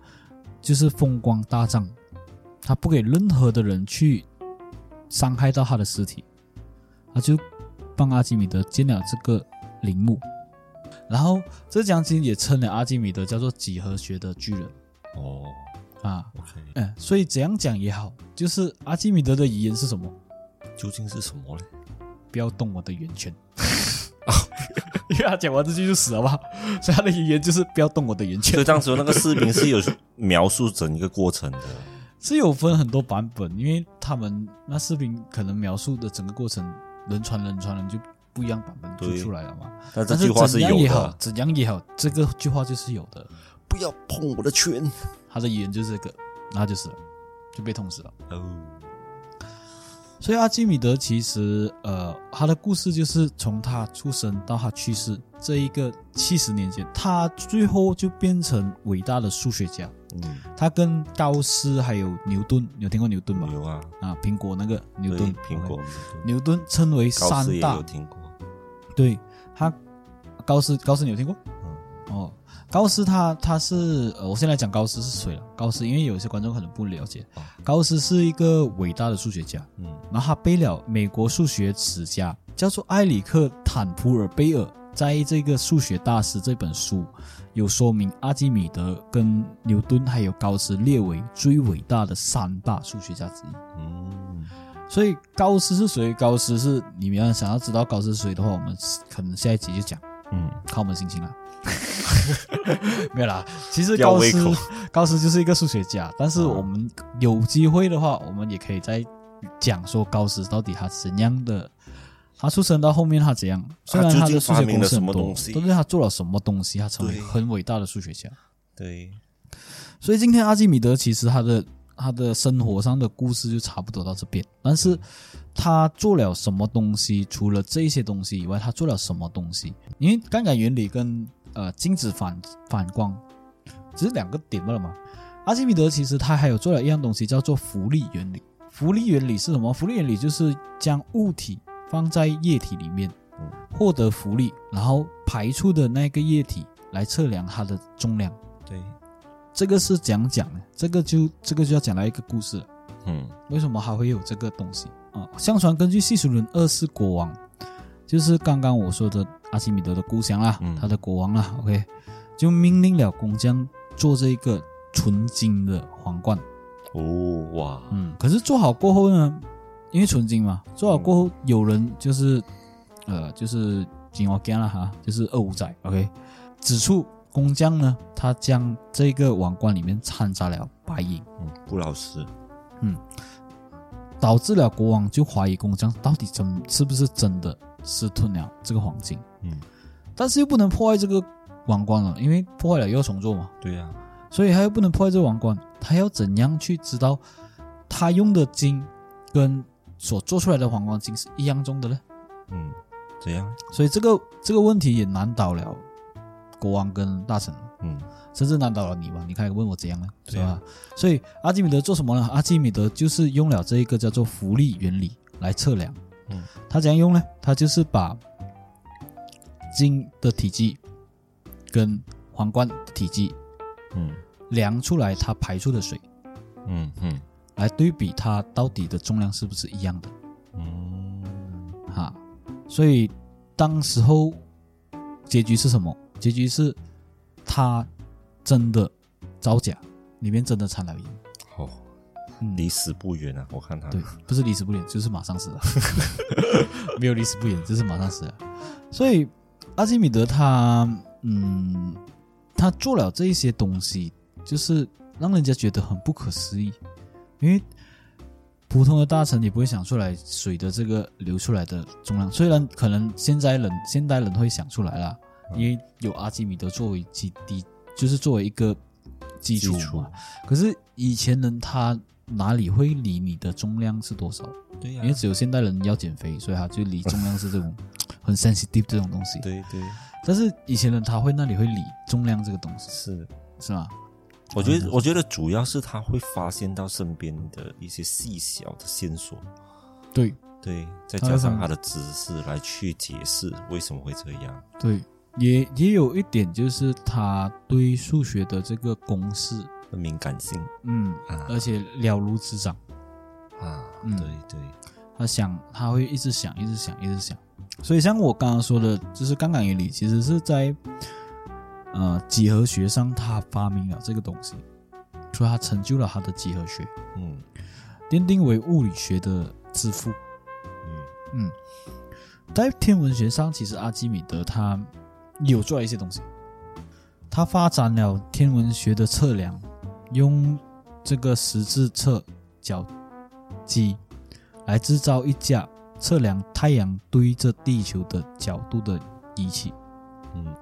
S1: 就是风光大葬，他不给任何的人去伤害到他的尸体，他就帮阿基米德建了这个陵墓。然后这将军也称了阿基米德叫做几何学的巨人
S4: 哦
S1: 啊，
S4: ，OK，
S1: 嗯，所以怎样讲也好，就是阿基米德的遗言是什么？
S4: 究竟是什么呢？
S1: 不要动我的圆圈。
S4: 哦
S1: 因为他讲完这句就死了嘛，所以他的遗言就是不要动我的圆
S4: 所
S1: 圈
S4: 以。当时那个士兵是有描述整一个过程的，
S1: 是有分很多版本，因为他们那视频可能描述的整个过程，人传人传人就不一样版本就
S4: 对
S1: 出来了嘛。
S4: 但这
S1: 但
S4: 句
S1: 是
S4: 话是
S1: 怎样
S4: 有
S1: 也好
S4: 的，，
S1: 怎样也好，这个句话就是有的。
S4: 不要碰我的拳
S1: 他的遗言就是这个，然后他就死了，就被捅死了。
S4: 哦，
S1: 所以阿基米德其实，呃，他的故事就是从他出生到他去世这一个七十年间，他最后就变成伟大的数学家。
S4: 嗯，
S1: 他跟高斯还有牛顿，你有听过牛顿吧？
S4: 有啊，
S1: 啊，苹果那个牛
S4: 对，
S1: 顿，
S4: 苹果
S1: OK，牛顿称为
S4: 高斯
S1: 三
S4: 也
S1: 大
S4: 有，听过，
S1: 对他高斯，高斯你有听过？
S4: 嗯
S1: 哦，高斯他他是呃，我先来讲高斯是谁了。高斯，因为有一些观众可能不了解，
S4: 哦
S1: 高斯是一个伟大的数学家，
S4: 嗯
S1: 然后他被了美国数学史家叫做埃里克·坦普尔贝尔在这个《数学大师》这本书有说明阿基米德跟牛顿还有高斯列为最伟大的三大数学家之一。
S4: 嗯，
S1: 所以高斯是谁？高斯是你们要想要知道高斯是谁的话，我们可能下一集就讲，
S4: 嗯，
S1: 靠我们心情啦。 没有啦，其实
S4: 吊
S1: 高
S4: 胃
S1: 斯
S4: 口啊
S1: 高斯就是一个数学家，但是我们有机会的话，我们也可以再讲说高斯到底他怎样的，他出生到后面他怎样，虽然他的数学公式
S4: 他究
S1: 很
S4: 竟发明了什么
S1: 多
S4: 东，西
S1: 但是他做了什么东西，他成为
S4: 对
S1: 很伟大的数学家。
S4: 对，
S1: 所以今天阿基米德其实他的他的生活上的故事就差不多到这边，但是他做了什么东西？除了这些东西以外，他做了什么东西？因为杠杆原理跟呃静止反反光只是两个点罢了嘛。阿基米德其实他还有做了一样东西，叫做浮力原理。浮力原理是什么？浮力原理就是将物体放在液体里面，获得浮力，然后排出的那个液体来测量它的重量。
S4: 对，
S1: 这个是讲讲的，这个就这个就要讲到一个故事了。
S4: 嗯，
S1: 为什么还会有这个东西啊？相传根据细数人二世国王，就是刚刚我说的阿基米德的故乡啦，
S4: 嗯
S1: 他的国王啦，OK，就命令了工匠做这一个纯金的皇冠。
S4: 哦，哇，
S1: 嗯，可是做好过后呢，因为纯金嘛，做好过后有人就是，呃，就是金我干了哈，就是二五仔，OK，指出工匠呢，他将这个王冠里面掺杂了白银，
S4: 嗯，不老实，
S1: 导致了国王就怀疑工匠到底真是不是真的私吞了这个黄金，
S4: 嗯，
S1: 但是又不能破坏这个王冠了，因为破坏了又要重做嘛，
S4: 对啊呀、
S1: 所以他又不能破坏这个王冠，他要怎样去知道他用的金跟所做出来的黄光金是一样重的呢？
S4: 嗯，怎样？
S1: 所以这个这个问题也难倒了国王跟大臣，
S4: 嗯，
S1: 甚至难倒了你吧？你看问我怎样呢？是
S4: 对啊
S1: 吧？所以阿基米德做什么呢？阿基米德就是用了这一个叫做浮力原理来测量。
S4: 嗯，
S1: 他怎样用呢？他就是把金的体积跟皇冠的体积
S4: 嗯，
S1: 量出来，它排出的水。
S4: 嗯，嗯，
S1: 来对比它到底的重量是不是一样的
S4: 嗯，
S1: 哈。所以当时候结局是什么？结局是他真的造假，里面真的掺了盐。
S4: 好、
S1: 嗯
S4: 哦离死不远啊，我看他，
S1: 对，不是离死不远，就是马上死了， 没有离死不远，就是马上死了。所以阿基米德他，嗯，他做了这一些东西，就是让人家觉得很不可思议，因为普通的大臣也不会想出来水的这个流出来的重量。虽然可能现在人现代人会想出来啦，因为有阿基米德作为基底，就是作为一个基础嘛。
S4: 基础
S1: 可是以前人他哪里会理你的重量是多少？
S4: 对啊呀、
S1: 因为只有现代人要减肥，所以他就理重量是这种很 sensitive 这种东西。
S4: 对对
S1: 但是以前人他会那里会理重量这个东西，
S4: 是。
S1: 是嗯吧？
S4: 我觉得，我觉得主要是他会发现到身边的一些细小的线索，
S1: 对
S4: 对，再
S1: 他会
S4: 加上
S1: 发
S4: 他的知识来去解释为什么会这样。
S1: 对，也也有一点就是他对数学的这个公式，
S4: 的敏感性
S1: 嗯，
S4: 啊
S1: 而且了如指掌。
S4: 啊，
S1: 嗯
S4: 对对，
S1: 他想，他会一直想，一直想，一直想。所以像我刚刚说的，就是杠杆原理，其实是在呃几何学上他发明了这个东西，所以他成就了他的几何学，
S4: 嗯
S1: 奠定为物理学的之父。
S4: 嗯
S1: 嗯，在天文学上，其实阿基米德他有做了一些东西，他发展了天文学的测量，用这个十字测角机来制造一架测量太阳对着地球的角度的仪器。
S4: 嗯，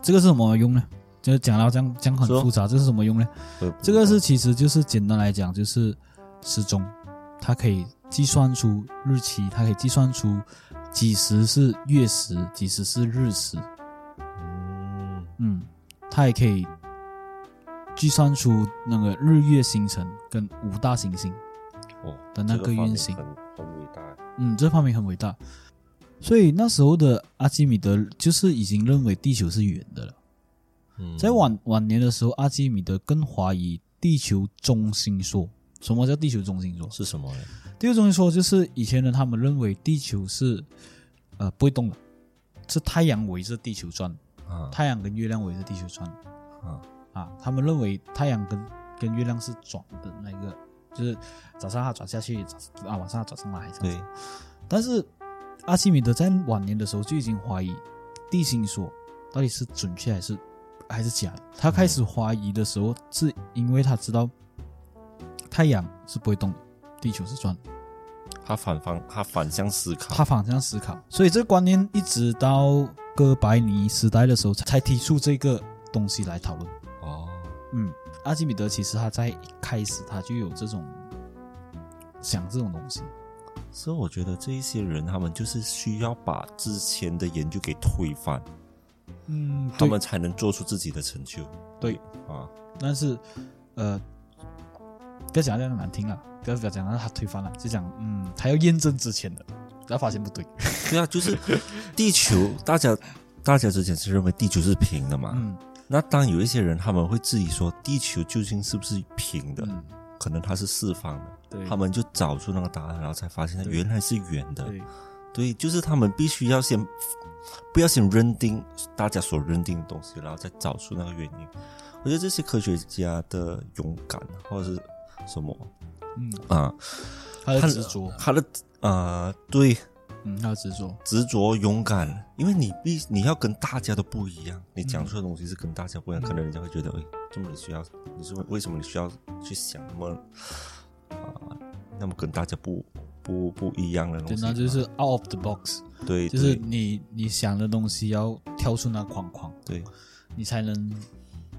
S1: 这个是什么用呢？就是讲到这样这样很
S4: 说
S1: 复杂，这是什么用呢？
S4: 会不
S1: 这个是其实就是简单来讲就是时钟，它可以计算出日期，它可以计算出几时是月食，几时是日食，
S4: 嗯
S1: 嗯，它也可以计算出那个日月星辰跟五大行星，
S4: 哦
S1: 的那
S4: 这
S1: 个
S4: 方
S1: 运
S4: 面
S1: 行
S4: 很很伟大，
S1: 嗯，这方面很伟大。所以那时候的阿基米德就是已经认为地球是圆的了。
S4: 嗯
S1: 在晚晚年的时候，阿基米德更怀疑地球中心说。什么叫地球中心说？
S4: 是什么呢？
S1: 第二种说就是以前呢，他们认为地球是呃不会动的，是太阳围着地球转，
S4: 啊
S1: 太阳跟月亮围着地球转
S4: 啊
S1: 啊。他们认为太阳跟跟月亮是转的那个，就是早上它转下去，早啊晚上它转上来这样
S4: 对
S1: 子。但是阿基米德在晚年的时候就已经怀疑地心说到底是准确还是还是假的。他开始怀疑的时候，是因为他知道太阳是不会动的，地球是转的。
S4: 他反方他反向思
S1: 他
S4: 考，
S1: 反向思考，所以这个观念一直到哥白尼时代的时候才才提出这个东西来讨论。
S4: 哦
S1: 嗯，阿基米德其实他在一开始他就有这种想这种东西，
S4: 所以我觉得这一些人，他们就是需要把之前的研究给推翻，
S1: 嗯，
S4: 他们才能做出自己的成就
S1: 对，
S4: 啊。
S1: 但是呃，不要讲这样难听了，啊不要不要讲让他推翻了，就讲嗯，他要验证之前的，然后发现不对，
S4: 对啊，就是地球，大家大家之前是认为地球是平的嘛，
S1: 嗯
S4: 那当有一些人他们会质疑说，地球究竟是不是平的？
S1: 嗯，
S4: 可能它是四方的，
S1: 对，
S4: 他们就找出那个答案，然后才发现它哎
S1: 对
S4: 原来是圆的。
S1: 对
S4: 对，就是他们必须要先不要先认定大家所认定的东西，然后再找出那个原因。我觉得这些科学家的勇敢或者是什么
S1: 嗯，
S4: 啊，
S1: 他的执着，
S4: 他的啊、对
S1: 嗯，他的执着，
S4: 执着勇敢，因为你必你要跟大家都不一样，你讲出的东西是跟大家不一样，可能人家会觉得，哎，这么你需要，你是为为什么你需要去想那么啊、那么跟大家不不不一样的东
S1: 对，
S4: 西？啊
S1: 那就是 out of the box，
S4: 对，
S1: 就是你你想的东西要跳出那框框，
S4: 对
S1: 你才能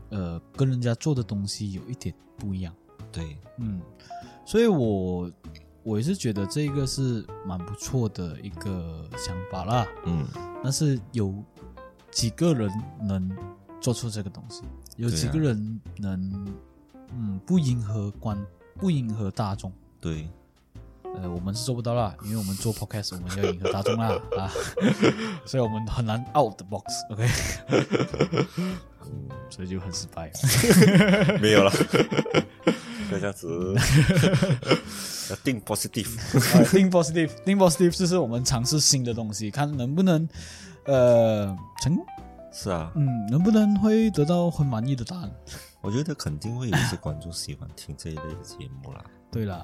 S1: 呃跟人家做的东西有一点不一样。
S4: 对
S1: 嗯，所以我我也是觉得这个是蛮不错的一个想法啦，
S4: 嗯，
S1: 但是有几个人能做出这个东西？有
S4: 对啊
S1: 几个人能、嗯不迎合观不迎合大众？
S4: 对。
S1: 呃，我们是做不到啦，因为我们做 podcast，我们要迎合大众啦 啊，所以我们很难 out the box，OK，、所以就很失败。啊
S2: 没有了，
S4: 不要这样子，要定 positive。
S1: 呃 think positive，think positive 就是我们尝试新的东西，看能不能呃成功，
S4: 是啊，
S1: 嗯，能不能会得到很满意的答案。
S4: 我觉得肯定会有一些观众喜欢听这一类的节目啦。
S1: 对啦，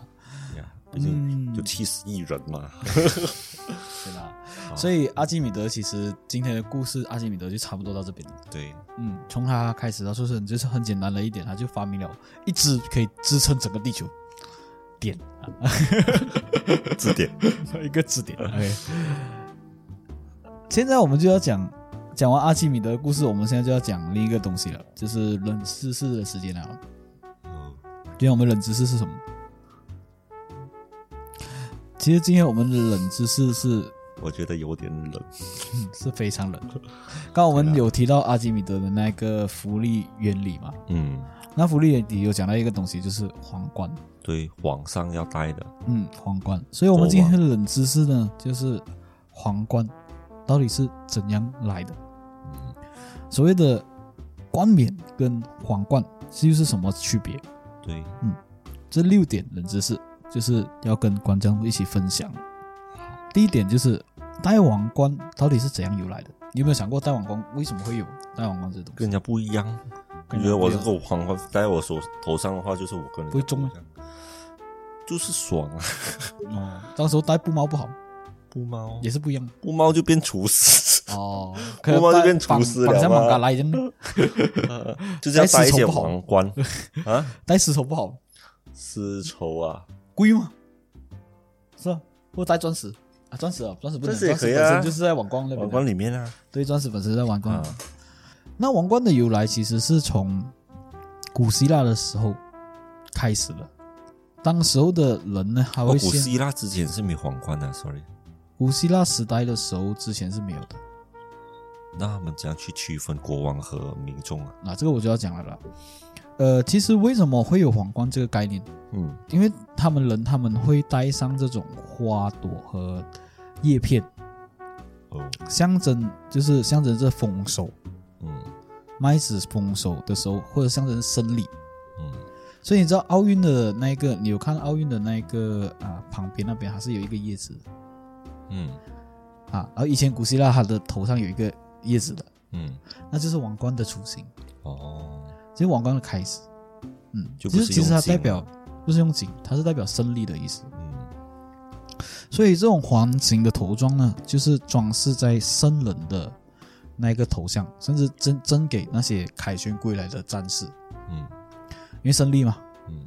S4: 对呀，毕竟
S1: 嗯
S4: 就七十亿人嘛。
S1: 对啦，所以阿基米德其实今天的故事，阿基米德就差不多到这边了。
S4: 对，
S1: 嗯，从他开始到出生就是很简单的一点，他就发明了一只可以支撑整个地球点啊，
S2: 字典
S1: 一个支点。OK，现在我们就要讲讲完阿基米德的故事，我们现在就要讲另一个东西了，就是冷知识的时间了。
S4: 嗯
S1: 今天我们冷知识是什么？其实今天我们的冷知识是嗯
S4: 我觉得有点冷。
S1: 是非常冷的。刚刚我们有提到阿基米德的那个浮力原理嘛？
S4: 嗯，
S1: 那浮力原理有讲到一个东西，就是皇冠。
S4: 对，皇上要戴的，
S1: 嗯，皇冠。所以我们今天的冷知识呢，就是皇冠到底是怎样来的？
S4: 嗯
S1: 所谓的冠冕跟皇冠是又是什么区别？
S4: 对，
S1: 这六点冷知识就是要跟观众一起分享。第一点就是戴王冠到底是怎样由来的？你有没有想过戴王冠为什么会有戴王冠这东
S4: 跟
S1: 西？
S4: 人家不一样。我
S1: 跟人家
S4: 觉得
S1: 不
S4: 我
S1: 一
S4: 这
S1: 样
S4: 个皇冠戴在我手头上的话，就是我跟人家
S1: 不会中啊吗
S4: 一样，就是爽啊！
S1: 哦，到时候戴布帽不好，
S4: 布猫
S1: 也是不一样
S4: 布猫就变厨师，
S1: 哦。可
S2: 布
S1: 能
S2: 帽就
S1: 戴
S2: 变厨师了
S1: 绑绑上
S2: 嘛
S1: 马嘎来一样的，
S4: 就是要
S1: 戴丝
S4: 戴一
S1: 绸
S4: 些
S1: 不好
S4: 皇冠啊，
S1: 戴丝绸不好，
S4: 丝 绸啊，
S1: 贵吗？是啊，或者戴钻石啊，钻石啊，钻石不
S2: 钻
S1: 能，
S2: 石也
S1: 钻
S2: 可
S1: 石
S2: 以啊
S1: 本身就是在王冠那边的，
S4: 皇冠里面啊，
S1: 对，钻石本身在王冠。
S4: 啊
S1: 那王冠的由来其实是从古希腊的时候开始的。当时候的人呢，还
S4: 我
S1: 会
S4: 哦古
S1: 先
S4: 希腊之前是没有皇冠的，sorry。
S1: 古希腊时代的时候之前是没有的。
S4: 那他们怎样去区分国王和民众啊？
S1: 那、这个我就要讲了啦。呃，其实为什么会有皇冠这个概念？
S4: 嗯，
S1: 因为他们人他们会戴上这种花朵和叶片，
S4: 哦，
S1: 象征就是象征着丰收，
S4: 嗯
S1: 麦子丰收的时候，或者象征生理。
S4: 嗯，
S1: 所以你知道奥运的那一个，你有看奥运的那一个啊、旁边那边还是有一个叶子的
S4: 嗯
S1: 啊，而以前古希腊它的头上有一个叶子的，
S4: 嗯，
S1: 那就是王冠的雏形，
S4: 哦，
S1: 就是王冠的开始。嗯，
S4: 就不
S1: 其
S4: 是
S1: 实其实它
S4: 用啊
S1: 代
S4: 茎
S1: 表不是用茎，它是代表胜利的意思。
S4: 嗯
S1: 所以这种环形的头装呢，就是装饰在僧人的那一个头像，甚至赠赠给那些凯旋归来的战士，
S4: 嗯
S1: 因为胜利嘛，
S4: 嗯，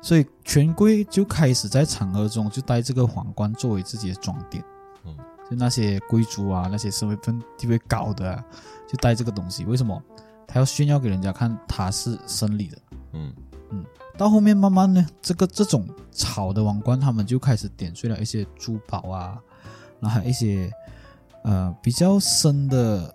S1: 所以权贵就开始在场合中就戴这个皇冠作为自己的装点。
S4: 嗯，
S1: 就那些贵族啊，那些社会分地位高的、啊，就戴这个东西。为什么？他要炫耀给人家看他是生理的，
S4: 嗯
S1: 到后面慢慢呢，这个这种草的王冠，他们就开始点缀了一些珠宝啊，然后还有一些呃比较深的、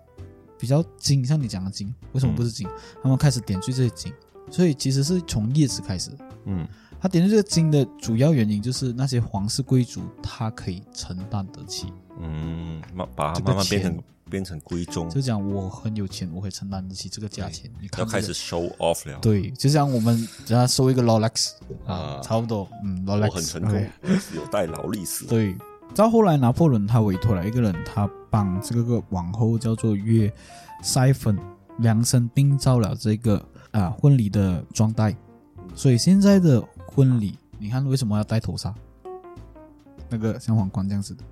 S1: 比较金，像你讲的金，为什么不是金？他们开始点缀这些金，所以其实是从叶子开始。
S4: 嗯
S1: 他点缀这个金的主要原因就是那些皇室贵族他可以承担得起，
S4: 嗯，慢把它
S1: 这个
S4: 慢慢变
S1: 钱
S4: 成变成闺中，
S1: 就讲我很有钱，我可以承担得起这个价钱。你看
S4: 要
S1: 这
S4: 开
S1: 个
S4: 始 show off 了。
S1: 对，就像我们只要收一个 Rolex 啊，
S4: 啊
S1: 差不多，嗯
S4: 我
S1: ，Rolex
S4: 很成功
S1: OK，
S4: 我是有带劳力士。
S1: 对，到后来拿破仑他委托了一个人，他帮这个王后叫做约塞芬量身定造了这个啊、婚礼的装带，所以现在的婚礼，你看为什么要戴头纱？那个像皇冠这样子的，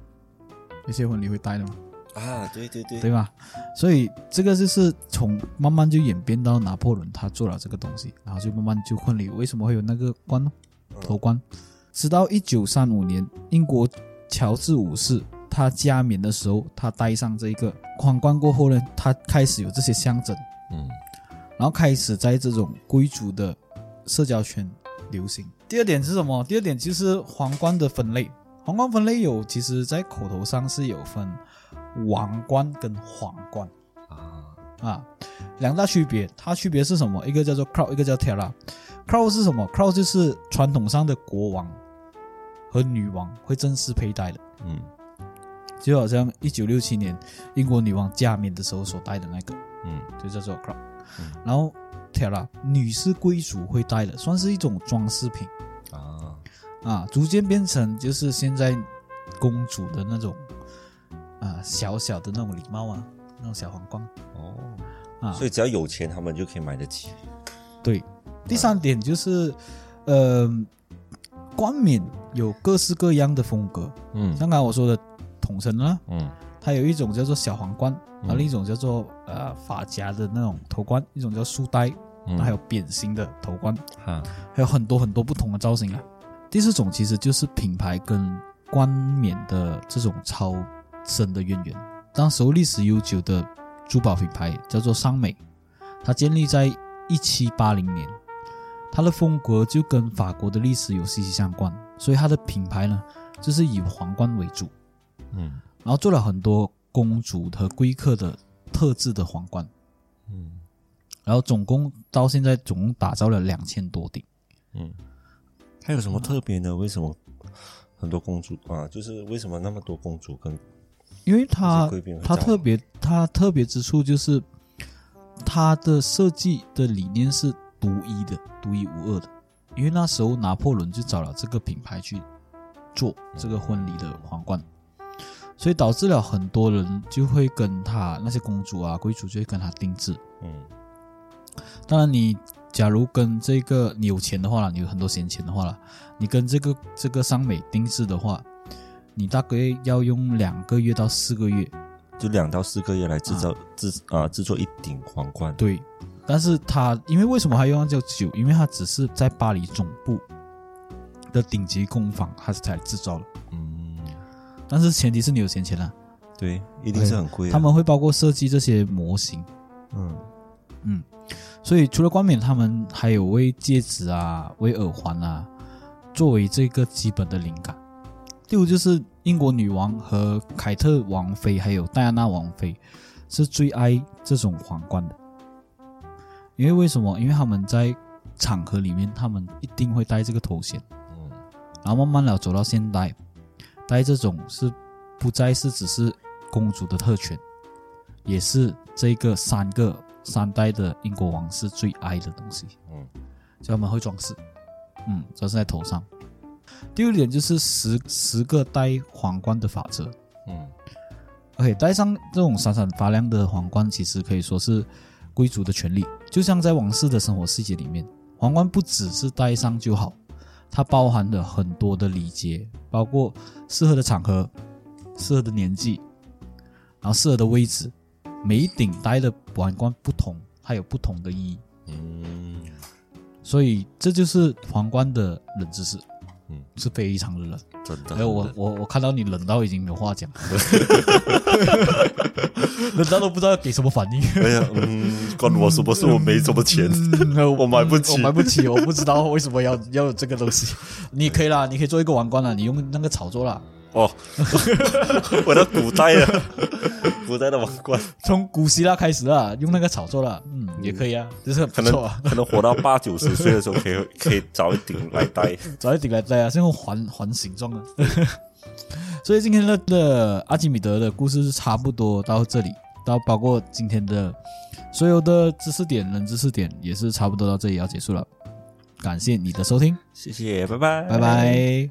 S1: 有些婚礼会戴的嘛，
S4: 啊，对对对，
S1: 对吧？所以这个就是从慢慢就演变到拿破仑他做了这个东西，然后就慢慢就婚礼为什么会有那个冠呢？头冠。直到一九三五年，英国乔治五世他加冕的时候，他戴上这个皇冠过后呢，他开始有这些象征，
S4: 嗯
S1: 然后开始在这种贵族的社交圈流行。第二点是什么？第二点就是皇冠的分类。皇冠分类有，其实在口头上是有分王冠跟皇冠。
S4: 啊，
S1: 啊，两大区别，它区别是什么？一个叫做 crown，一个叫 tiara。crown 是什么？crown 就是传统上的国王和女王会正式佩戴的，
S4: 嗯
S1: 就好像一九六七年英国女王加冕的时候所戴的那个，
S4: 嗯
S1: 就叫做 crown
S4: 嗯。
S1: 然后 tiara 女士贵族会戴的，算是一种装饰品
S4: 啊，
S1: 啊，逐渐变成就是现在公主的那种啊小小的那种礼帽啊，那种小皇冠
S4: 哦，
S1: 啊。
S4: 所以只要有钱，他们就可以买得起。
S1: 对，第三点就是，呃，冠冕有各式各样的风格，
S4: 嗯
S1: 像刚才我说的统称啦，
S4: 嗯
S1: 它有一种叫做小皇冠，
S4: 嗯
S1: 啊，另一种叫做呃发夹的那种头冠，一种叫束带，
S4: 嗯
S1: 还有扁形的头冠，
S4: 哈
S1: 还有很多很多不同的造型啊。第四种其实就是品牌跟冠冕的这种超深的渊源。当时候历史悠久的珠宝品牌叫做尚美，它建立在一七八零年，它的风格就跟法国的历史有息息相关，所以它的品牌呢就是以皇冠为主，
S4: 嗯
S1: 然后做了很多公主和贵客的特制的皇冠，
S4: 嗯
S1: 然后总共到现在总共打造了两千多顶。
S4: 嗯，还有什么特别呢？为什么很多公主啊？就是为什么那么多公主跟
S1: 因为它
S4: 这些贵宾会
S1: 它
S4: 找
S1: 特别它特别之处就是它的设计的理念是独一的、独一无二的。因为那时候拿破仑就找了这个品牌去做这个婚礼的皇冠，所以导致了很多人就会跟他那些公主啊、贵族就会跟他定制。
S4: 嗯
S1: 当然，你假如跟这个你有钱的话啦，你有很多闲钱的话啦，你跟这个这个商美定制的话，你大概要用两个月到四个月
S4: 就两到四个月来制造制啊制作一顶皇冠？
S1: 嗯对，但是它因为为什么还要用叫酒？因为它只是在巴黎总部的顶级工坊，它才制造了。
S4: 嗯，
S1: 但是前提是你有闲钱啦，
S4: 对，啊一定是很贵
S2: 啊
S4: 的。
S1: 他们会包括设计这些模型，
S4: 嗯
S1: 所以除了冠冕，他们还有为戒指啊、为耳环啊作为这个基本的灵感。第五就是英国女王和凯特王妃，还有戴安娜王妃是最爱这种皇冠的，因为为什么？因为他们在场合里面，他们一定会戴这个头衔。
S4: 嗯
S1: 然后慢慢了走到现代，戴这种是不再是只是公主的特权，也是这个三个三代的英国王室最爱的东西，
S4: 嗯
S1: 所以他们会装饰，嗯，装饰在头上。第六点就是十十个戴皇冠的法则。
S4: 嗯
S1: OK，戴上这种闪闪发亮的皇冠，其实可以说是贵族的权利。就像在王室的生活细节里面，皇冠不只是戴上就好，它包含了很多的礼节，包括适合的场合、适合的年纪，然后适合的位置。每一顶戴的皇冠不同，它有不同的意义。
S4: 嗯
S1: 所以这就是皇冠的冷知识。
S4: 嗯，
S1: 是非常冷。
S4: 真的。
S1: 哎，
S2: 嗯
S1: 我我我看到你冷到已经没有话 讲， 冷到都不知道给什么反应。
S2: 哎呀，嗯，关我什么事？我没什么钱，嗯我买不起
S1: 嗯我。买不起，我不知道为什么要 要有这个东西。你可以啦，你可以做一个王冠啦，你用那个炒作啦，
S2: 哦， 我的古代的 古代的王冠，
S1: 从古希腊开始啊，用那个炒作啦，嗯，也可以啊，就是很
S2: 可
S1: 不
S2: 能
S1: 错啊，
S2: 可能活到八九十岁的时候，可以可以找一顶来戴。
S1: 找一顶来戴啊，是用环环形状的。 所以今天的的阿基米德的故事差不多到这里，到包括今天的所有的知识点、冷知识点也是差不多到这里要结束了。感谢你的收听，
S4: 谢谢，拜拜，
S1: 拜拜。